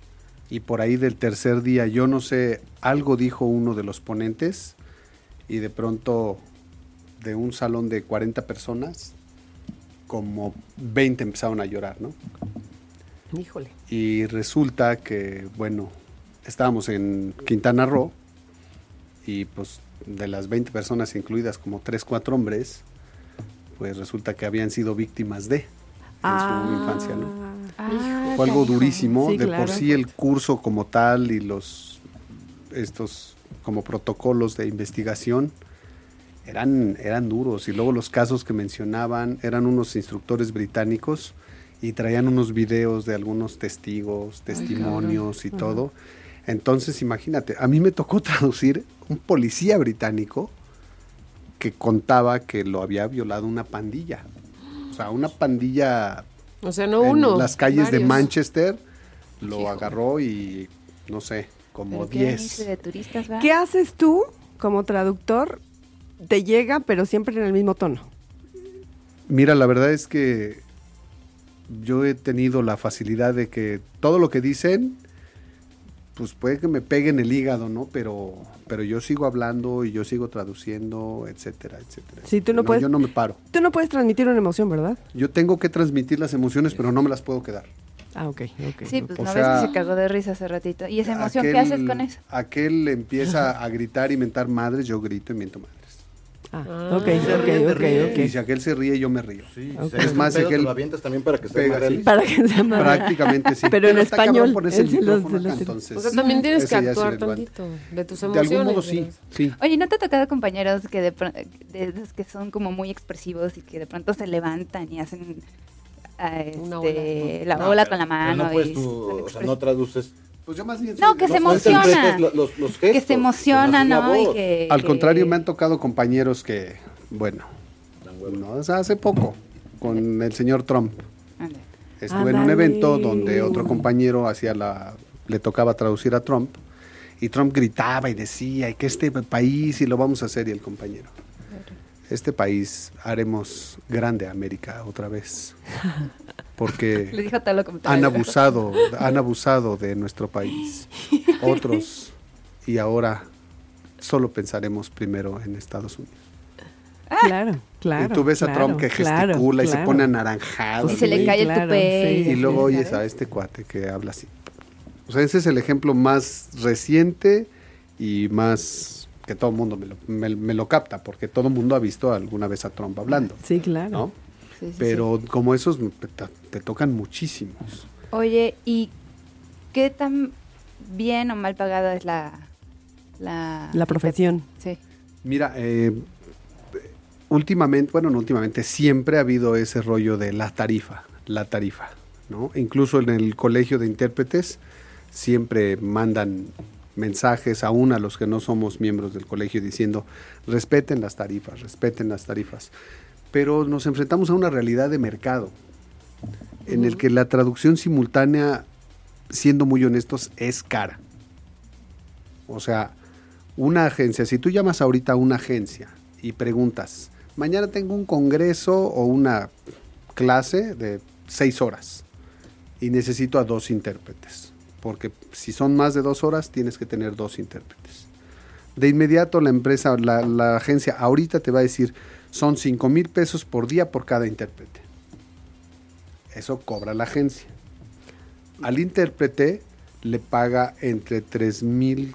Speaker 6: y por ahí del tercer día yo no sé, algo dijo uno de los ponentes y de pronto de un salón de 40 personas como 20 empezaron a llorar, ¿no?
Speaker 7: Híjole.
Speaker 6: Y resulta que, bueno, estábamos en Quintana Roo y pues de las 20 personas incluidas como 3, 4 hombres, pues resulta que habían sido víctimas de en
Speaker 11: Ah.
Speaker 6: su infancia, ¿no?
Speaker 4: Ah.
Speaker 6: Fue algo durísimo,
Speaker 4: Sí,
Speaker 6: de
Speaker 4: claro.
Speaker 6: por sí el curso como tal y los estos como protocolos de investigación eran eran duros y luego los casos que mencionaban eran unos instructores británicos y traían unos videos de algunos testigos, testimonios y todo. Entonces, imagínate, a mí me tocó traducir un policía británico que contaba que lo había violado una pandilla. O sea, una pandilla
Speaker 7: O sea, no
Speaker 6: en
Speaker 7: uno.
Speaker 6: las calles de
Speaker 7: varios.
Speaker 6: Manchester lo agarró y no sé, como
Speaker 5: Pero qué ambiente
Speaker 6: 10.
Speaker 5: de turistas, ¿verdad?
Speaker 4: ¿Qué haces tú como traductor? Te llega, pero siempre en el mismo tono.
Speaker 6: Mira, la verdad es que yo he tenido la facilidad de que todo lo que dicen, pues puede que me peguen el hígado, ¿no? Pero, pero yo sigo hablando y yo sigo traduciendo, etcétera, etcétera.
Speaker 4: Sí, tú no
Speaker 6: etcétera.
Speaker 4: puedes-
Speaker 6: Yo no me paro.
Speaker 4: Tú no puedes transmitir una emoción, ¿verdad?
Speaker 6: Yo tengo que transmitir las emociones, pero no me las puedo quedar.
Speaker 11: Ah, ok, ok.
Speaker 5: Sí, pues
Speaker 6: O
Speaker 5: no ves
Speaker 6: sea,
Speaker 5: que se cagó de risa hace ratito. ¿Y esa emoción qué haces con eso?
Speaker 6: Aquel empieza a gritar y mentar madres, yo grito y miento madres.
Speaker 11: Ah,
Speaker 5: ok,
Speaker 11: Se ríe, ok, te ok, ríe. ok.
Speaker 6: Y si aquel se ríe, yo me río.
Speaker 12: Ok. si es
Speaker 6: Es
Speaker 12: un
Speaker 6: más, si
Speaker 12: pedo, te
Speaker 6: aquel.
Speaker 12: lo avientas también para que se
Speaker 6: pega,
Speaker 12: madre
Speaker 6: sí.
Speaker 12: él. Para que se madre.
Speaker 6: Prácticamente sí.
Speaker 12: Pero en
Speaker 6: está cabrón
Speaker 12: español,
Speaker 6: ponerse el
Speaker 12: él se los-
Speaker 6: micrófono
Speaker 12: se
Speaker 6: acá,
Speaker 12: los-
Speaker 6: entonces,
Speaker 7: O sea, también tienes
Speaker 6: ese
Speaker 7: que
Speaker 6: ya se
Speaker 7: actuar
Speaker 6: levanta.
Speaker 7: tantito de tus
Speaker 6: De
Speaker 7: emociones.
Speaker 6: algún modo
Speaker 7: de
Speaker 6: sí,
Speaker 7: los-
Speaker 6: sí.
Speaker 5: Oye, ¿no te ha tocado compañeros que de, pro- de esos que son como muy expresivos y que de pronto se levantan y hacen ah, este, la
Speaker 12: No,
Speaker 5: ola
Speaker 12: pero-
Speaker 5: con la
Speaker 12: pero
Speaker 5: mano?
Speaker 12: No puedes
Speaker 5: y
Speaker 12: tú,
Speaker 5: son
Speaker 12: o sea, no traduces.
Speaker 6: Pues yo más bien.
Speaker 5: No, que se emociona.
Speaker 12: interpretas lo- los- los
Speaker 5: que
Speaker 12: gestos,
Speaker 5: se emociona,
Speaker 12: pues, la
Speaker 5: ¿no? Y
Speaker 12: voz.
Speaker 5: que,
Speaker 6: Al
Speaker 5: que-
Speaker 6: contrario, me han tocado compañeros que, bueno, no, o sea, hace poco, con el señor Trump.
Speaker 5: Ándale.
Speaker 6: Estuve en un
Speaker 5: Ándale.
Speaker 6: evento donde otro compañero hacía la, le tocaba traducir a Trump y Trump gritaba y decía y que este país y lo vamos a hacer y el compañero. Este país haremos grande a América otra vez
Speaker 5: Le
Speaker 6: porque
Speaker 5: dijo todo lo contrario.
Speaker 6: han abusado, han abusado de nuestro país otros y ahora solo pensaremos primero en Estados Unidos.
Speaker 5: Ah.
Speaker 11: Claro,
Speaker 6: y
Speaker 11: claro.
Speaker 6: tú ves a
Speaker 11: claro,
Speaker 6: Trump que
Speaker 11: claro,
Speaker 6: gesticula y se
Speaker 11: claro.
Speaker 6: pone anaranjado.
Speaker 5: Y se le cae el
Speaker 11: claro,
Speaker 5: tupé.
Speaker 11: sí.
Speaker 6: Y luego oyes a este cuate que habla así. O sea, ese es el ejemplo más reciente y más que todo el mundo me lo, me- me lo capta, porque todo el mundo ha visto alguna vez a Trump hablando,
Speaker 11: Sí, claro.
Speaker 6: ¿no?
Speaker 5: Sí, sí,
Speaker 6: Pero como esos te, te tocan muchísimos.
Speaker 5: sí. Oye, ¿y qué tan bien o mal pagada es la... La,
Speaker 11: La profesión.
Speaker 5: Sí.
Speaker 6: Mira, eh, últimamente, bueno, no últimamente, siempre ha habido ese rollo de la tarifa, la tarifa, ¿no? Incluso en el colegio de intérpretes siempre mandan mensajes aún a los que no somos miembros del colegio diciendo respeten las tarifas, respeten las tarifas. Pero nos enfrentamos a una realidad de mercado en el que la traducción simultánea, siendo muy honestos, es cara. O sea, una agencia, si tú llamas ahorita a una agencia y preguntas, mañana tengo un congreso o una clase de seis horas y necesito a dos intérpretes, porque si son más de dos horas tienes que tener dos intérpretes. De inmediato la empresa, la, la agencia ahorita te va a decir, son cinco mil pesos por día por cada intérprete. Eso cobra la agencia. Al intérprete le paga entre 3.500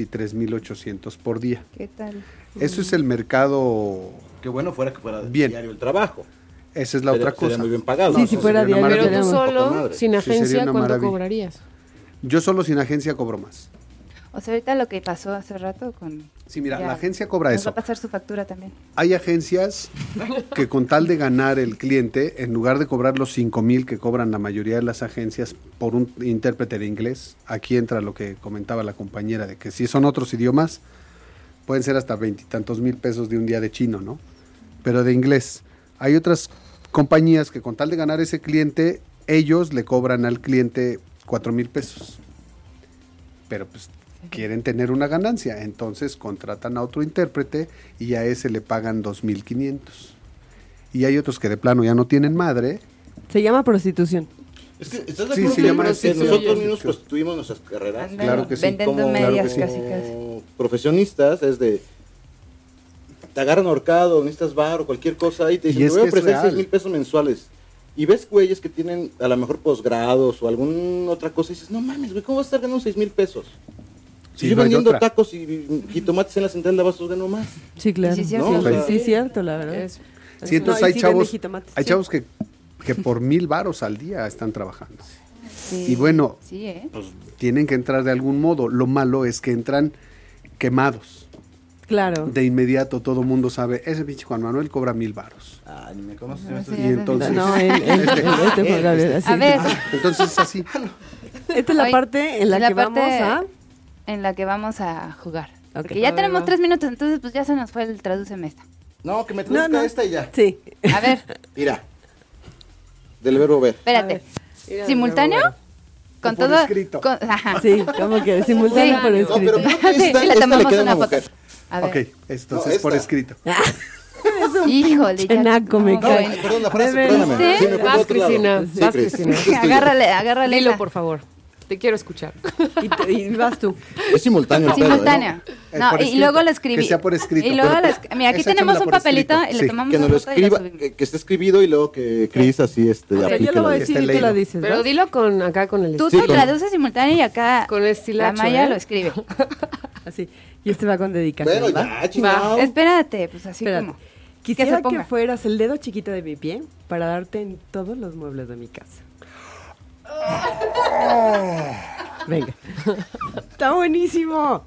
Speaker 6: y 3.800 por día.
Speaker 5: ¿Qué tal?
Speaker 6: Eso es el mercado...
Speaker 12: Qué bueno fuera que fuera
Speaker 6: Bien.
Speaker 12: diario el trabajo.
Speaker 6: Esa es la
Speaker 12: Sería-
Speaker 6: otra cosa.
Speaker 12: sería muy bien pagado.
Speaker 6: No,
Speaker 12: Sí,
Speaker 6: eso
Speaker 12: si fuera
Speaker 6: sería una
Speaker 12: diario,
Speaker 6: maravilla.
Speaker 7: Pero tú
Speaker 12: poca
Speaker 7: solo,
Speaker 12: madre.
Speaker 7: sin
Speaker 6: Sí, sería
Speaker 7: agencia,
Speaker 6: una
Speaker 7: ¿cuánto
Speaker 6: maravilla.
Speaker 7: cobrarías?
Speaker 6: Yo solo sin agencia cobro más.
Speaker 5: O sea, ahorita lo que pasó hace rato con...
Speaker 6: Sí, mira,
Speaker 5: ya,
Speaker 6: la agencia cobra
Speaker 5: nos
Speaker 6: eso.
Speaker 5: va a pasar su factura también.
Speaker 6: Hay agencias que con tal de ganar el cliente, en lugar de cobrar los 5 mil que cobran la mayoría de las agencias por un intérprete de inglés, aquí entra lo que comentaba la compañera, de que si son otros idiomas, pueden ser hasta veintitantos mil pesos de un día de chino, ¿no? Pero de inglés. Hay otras compañías que con tal de ganar ese cliente, ellos le cobran al cliente 4 mil pesos. Pero pues quieren tener una ganancia, entonces contratan a otro intérprete y a ese le pagan 2.500. Y hay otros que de plano ya no tienen madre.
Speaker 11: Se llama prostitución.
Speaker 12: Es que, ¿Estás de
Speaker 6: Sí,
Speaker 12: acuerdo
Speaker 6: se
Speaker 12: que
Speaker 6: llama así,
Speaker 12: que
Speaker 6: sí,
Speaker 12: nosotros
Speaker 6: sí,
Speaker 12: mismos
Speaker 6: sí.
Speaker 12: construimos nuestras carreras?
Speaker 5: Ándale, Claro que sí. vendiendo medias casi,
Speaker 12: casi. profesionistas es de... Te agarran ahorcado, necesitas bar o cualquier cosa y te dicen,
Speaker 6: Y
Speaker 12: te
Speaker 6: es
Speaker 12: voy a
Speaker 6: que es
Speaker 12: ofrecer
Speaker 6: real.
Speaker 12: 6 mil pesos mensuales. Y ves güeyes que tienen a lo mejor posgrados o alguna otra cosa y dices, no mames, güey, ¿cómo vas a estar ganando 6 mil pesos? Si
Speaker 6: Sí,
Speaker 12: yo
Speaker 6: no hay
Speaker 12: vendiendo
Speaker 6: otra.
Speaker 12: tacos y jitomates en la central de abastos gano más.
Speaker 11: Sí, claro.
Speaker 12: Sí, sí,
Speaker 11: Sí,
Speaker 12: sí, No,
Speaker 6: pues,
Speaker 12: sí. o sea-
Speaker 11: cierto, la verdad.
Speaker 6: Sí, entonces
Speaker 11: No, y
Speaker 6: hay
Speaker 11: sí vende
Speaker 6: chavos,
Speaker 11: jitomates.
Speaker 6: hay
Speaker 11: Sí.
Speaker 6: chavos que, que por mil varos al día están trabajando.
Speaker 5: Sí.
Speaker 6: Y bueno,
Speaker 5: Sí, ¿eh?
Speaker 6: tienen que entrar de algún modo. Lo malo es que entran quemados.
Speaker 11: Claro.
Speaker 6: De inmediato todo el mundo sabe, ese pinche Juan Manuel cobra mil varos.
Speaker 12: Ah, ni me conoces.
Speaker 6: Y entonces...
Speaker 11: No, él- él-
Speaker 6: Este-
Speaker 11: él- este fue Gabriel, así. A ver.
Speaker 6: Entonces es así.
Speaker 11: Esta es la
Speaker 5: Ay,
Speaker 11: parte en la, que
Speaker 5: parte
Speaker 11: vamos a...
Speaker 5: En la que vamos a jugar. Porque
Speaker 11: Ok.
Speaker 5: ya
Speaker 11: Ahí
Speaker 5: tenemos
Speaker 11: va.
Speaker 5: tres minutos, entonces pues ya se nos fue el tradúceme esta.
Speaker 12: No, que me
Speaker 11: No,
Speaker 12: traduzca
Speaker 11: no.
Speaker 12: esta y ya.
Speaker 11: Sí.
Speaker 5: A ver,
Speaker 12: Mira, del verbo ver.
Speaker 5: espérate.
Speaker 11: Mira,
Speaker 5: Simultáneo. Con
Speaker 12: O por
Speaker 5: todo.
Speaker 12: escrito.
Speaker 5: con- ajá.
Speaker 11: Sí, como que simultáneo por
Speaker 12: No,
Speaker 11: escrito.
Speaker 12: pero creo que
Speaker 5: Sí,
Speaker 12: esta,
Speaker 5: y le
Speaker 12: esta le
Speaker 5: tomamos
Speaker 12: queda
Speaker 5: una
Speaker 12: una
Speaker 5: foto.
Speaker 12: mujer.
Speaker 5: A
Speaker 6: Ok,
Speaker 5: ver.
Speaker 6: entonces
Speaker 12: No, esta.
Speaker 6: por escrito.
Speaker 5: Híjole, ya.
Speaker 11: Chenaco, me
Speaker 5: no,
Speaker 11: cae.
Speaker 5: bueno.
Speaker 12: Perdón, la frase,
Speaker 11: Debe
Speaker 12: perdóname.
Speaker 11: ser.
Speaker 12: Sí, me fui a
Speaker 7: Vas,
Speaker 12: otro lado.
Speaker 7: Cristina,
Speaker 12: Sí,
Speaker 7: vas,
Speaker 12: Cris.
Speaker 7: Cristina.
Speaker 5: Agárrale, agárrale.
Speaker 7: Lilo,
Speaker 5: esa.
Speaker 7: por favor.
Speaker 13: Te quiero escuchar.
Speaker 11: Y, vas tú.
Speaker 10: Es simultáneo el pedo, ¿no?
Speaker 5: Simultáneo.
Speaker 10: Eh,
Speaker 5: No,
Speaker 10: por
Speaker 5: y, y
Speaker 10: escrito.
Speaker 5: luego lo escribí.
Speaker 10: Que sea por escrito.
Speaker 5: Y luego
Speaker 10: Pero-
Speaker 5: lo esc- Mira, aquí
Speaker 10: Esa
Speaker 5: tenemos
Speaker 10: échamela
Speaker 5: un
Speaker 10: por
Speaker 5: papelito y le
Speaker 10: Sí,
Speaker 5: tomamos
Speaker 10: que nos
Speaker 5: una
Speaker 10: lo
Speaker 5: foto y la
Speaker 10: escriba, eh,
Speaker 5: subimos.
Speaker 10: que, que esté escribido y luego que Cris así este,
Speaker 7: sea,
Speaker 10: aplique
Speaker 7: yo lo voy a
Speaker 10: de-
Speaker 7: decir y tú la dices, Pero ¿no? dilo con acá con el
Speaker 5: Tú
Speaker 10: Sí,
Speaker 5: te
Speaker 10: con-
Speaker 5: traduces simultáneo y acá con la
Speaker 7: estilacho,
Speaker 5: Maya
Speaker 7: ¿eh?
Speaker 5: lo escribe.
Speaker 11: Así. Y este va con dedicación.
Speaker 5: Bueno,
Speaker 11: ¿va?
Speaker 5: ya, chingado. Va. Espérate, pues así como.
Speaker 11: Quisiera
Speaker 5: se
Speaker 11: que,
Speaker 5: ponga.
Speaker 11: fueras el dedo chiquito de mi pie para darte en todos los muebles de mi casa. Venga. Está buenísimo.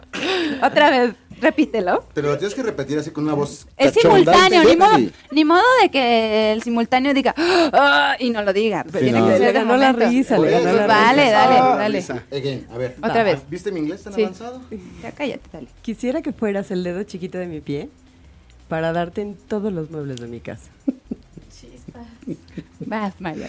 Speaker 5: Otra vez, repítelo.
Speaker 10: Pero lo tienes que repetir así con una voz.
Speaker 5: Es
Speaker 10: cachonda y
Speaker 5: simultáneo, ni
Speaker 10: sexy.
Speaker 5: modo, ni modo de que el simultáneo diga "Ah", y no lo diga. Pues
Speaker 10: Sí,
Speaker 5: tiene
Speaker 10: no.
Speaker 5: que
Speaker 10: Le
Speaker 5: ser de
Speaker 10: ganó la
Speaker 5: momento.
Speaker 10: risa, le
Speaker 5: Pues
Speaker 10: ganó la
Speaker 5: Vale,
Speaker 10: risa.
Speaker 5: dale,
Speaker 10: Ah,
Speaker 5: dale.
Speaker 10: risa. Again, a ver.
Speaker 5: Otra
Speaker 10: Va.
Speaker 5: vez.
Speaker 10: ¿Viste mi inglés tan
Speaker 5: Sí.
Speaker 10: avanzado?
Speaker 5: Ya cállate, dale.
Speaker 11: Quisiera que fueras el dedo chiquito de mi pie para darte en todos los muebles de mi casa.
Speaker 5: Vas, Maya.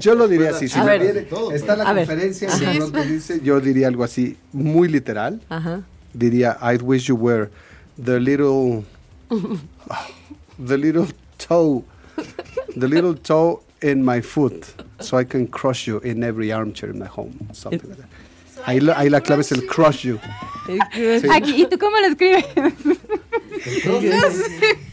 Speaker 6: Yo lo diría así. Si
Speaker 11: A
Speaker 6: me
Speaker 11: ver.
Speaker 6: viene- está la
Speaker 11: A ver.
Speaker 6: conferencia,
Speaker 11: Ajá.
Speaker 6: si no te dice, yo diría algo así, muy literal.
Speaker 11: Ajá.
Speaker 6: Diría, I wish you were the little, the little toe, the little toe in my foot, so I can crush you in every armchair in my home. Something like that. Ahí, la- ahí la clave es el crush you. Sí.
Speaker 5: Aquí, ¿y tú cómo lo escribes? No sé.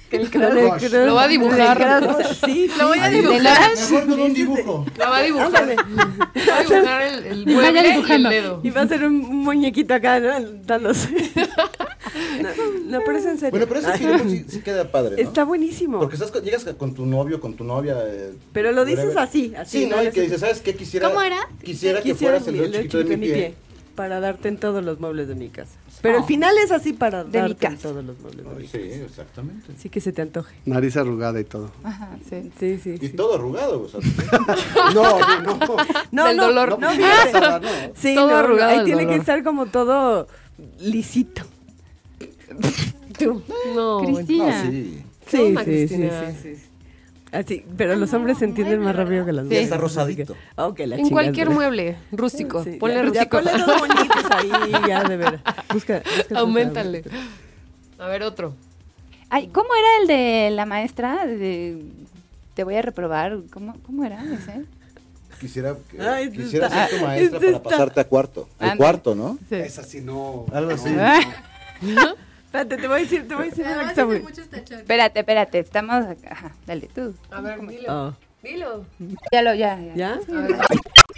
Speaker 13: Lo va a dibujar.
Speaker 11: Sí,
Speaker 13: Lo voy a
Speaker 5: Ahí.
Speaker 13: dibujar.
Speaker 5: Mejor
Speaker 10: con un dibujo.
Speaker 13: Lo va a dibujar.
Speaker 11: Ándale.
Speaker 13: Va a dibujar el, el
Speaker 11: Y vaya
Speaker 13: mueble y el
Speaker 11: dibujando.
Speaker 13: dedo.
Speaker 11: Y va a ser un un muñequito acá ¿no? dándose. No, no, pero es en serio.
Speaker 10: Bueno, pero eso sí, luego sí, sí queda padre. ¿no?
Speaker 11: Está buenísimo.
Speaker 10: Porque estás con- llegas con tu novio, con tu novia. eh,
Speaker 11: Pero lo dices
Speaker 10: whatever.
Speaker 11: así, así,
Speaker 10: Sí, ¿no?
Speaker 11: no
Speaker 10: Y
Speaker 11: eres
Speaker 10: que
Speaker 11: un-
Speaker 10: dices, ¿sabes qué quisiera?
Speaker 11: ¿Cómo era?
Speaker 10: Quisiera que
Speaker 11: Quisiera
Speaker 10: fueras el dedo chiquito
Speaker 11: chiquito
Speaker 10: de mi pie. Ah.
Speaker 11: Para darte en todos los muebles de mi casa. Pero el final es así para
Speaker 5: De mi
Speaker 11: darte en
Speaker 5: casa.
Speaker 11: todos los muebles de mi
Speaker 10: Sí,
Speaker 11: casa.
Speaker 10: exactamente.
Speaker 11: Así que se te antoje.
Speaker 6: Nariz arrugada y todo.
Speaker 5: Ajá, sí.
Speaker 11: Sí, sí.
Speaker 10: Y Ah, todo arrugado, o sea.
Speaker 6: No, no, no.
Speaker 11: No,
Speaker 13: Del
Speaker 11: no,
Speaker 13: dolor.
Speaker 11: No,
Speaker 13: Ah.
Speaker 11: fíjate.
Speaker 13: No.
Speaker 11: Sí,
Speaker 13: Todo
Speaker 11: no, no,
Speaker 13: arrugado
Speaker 11: Ahí
Speaker 13: del
Speaker 11: tiene que
Speaker 13: dolor.
Speaker 11: estar como todo lisito.
Speaker 7: No, bueno.
Speaker 5: Cristina.
Speaker 7: No,
Speaker 10: sí.
Speaker 11: Sí,
Speaker 7: Toma,
Speaker 11: sí, sí,
Speaker 7: Cristina.
Speaker 11: sí, sí. Así, pero los hombres se entienden más rápido que las
Speaker 10: Ya
Speaker 11: mujeres.
Speaker 10: está rosadito.
Speaker 11: Ok, la
Speaker 7: En
Speaker 11: chingada.
Speaker 7: cualquier mueble, rústico.
Speaker 11: Sí,
Speaker 7: ponle
Speaker 11: ya, ya,
Speaker 7: rústico.
Speaker 11: ponle dos bonitos ahí, ya, de veras. Busca, busca-
Speaker 7: Aumentale. A ver, otro.
Speaker 5: Ay, ¿cómo era el de la maestra? De- te voy a reprobar. ¿Cómo, cómo era ese?
Speaker 10: Quisiera, que-
Speaker 5: Ay, este
Speaker 10: quisiera
Speaker 5: está-
Speaker 10: ser tu maestra
Speaker 5: este
Speaker 10: para
Speaker 5: está-
Speaker 10: pasarte a cuarto. Al
Speaker 5: Ándale.
Speaker 10: cuarto, ¿no?
Speaker 6: Es así, no.
Speaker 10: Algo así.
Speaker 5: Ah,
Speaker 11: Espérate, te voy a decir, te voy a decir una que está muy-
Speaker 5: Espérate, espérate. Estamos acá. Ajá, dale tú.
Speaker 4: Oh.
Speaker 7: A ver, dilo.
Speaker 11: Ah.
Speaker 7: Dilo.
Speaker 5: Ya lo, ya, ya.
Speaker 11: ¿Ya?
Speaker 5: Sí, ya.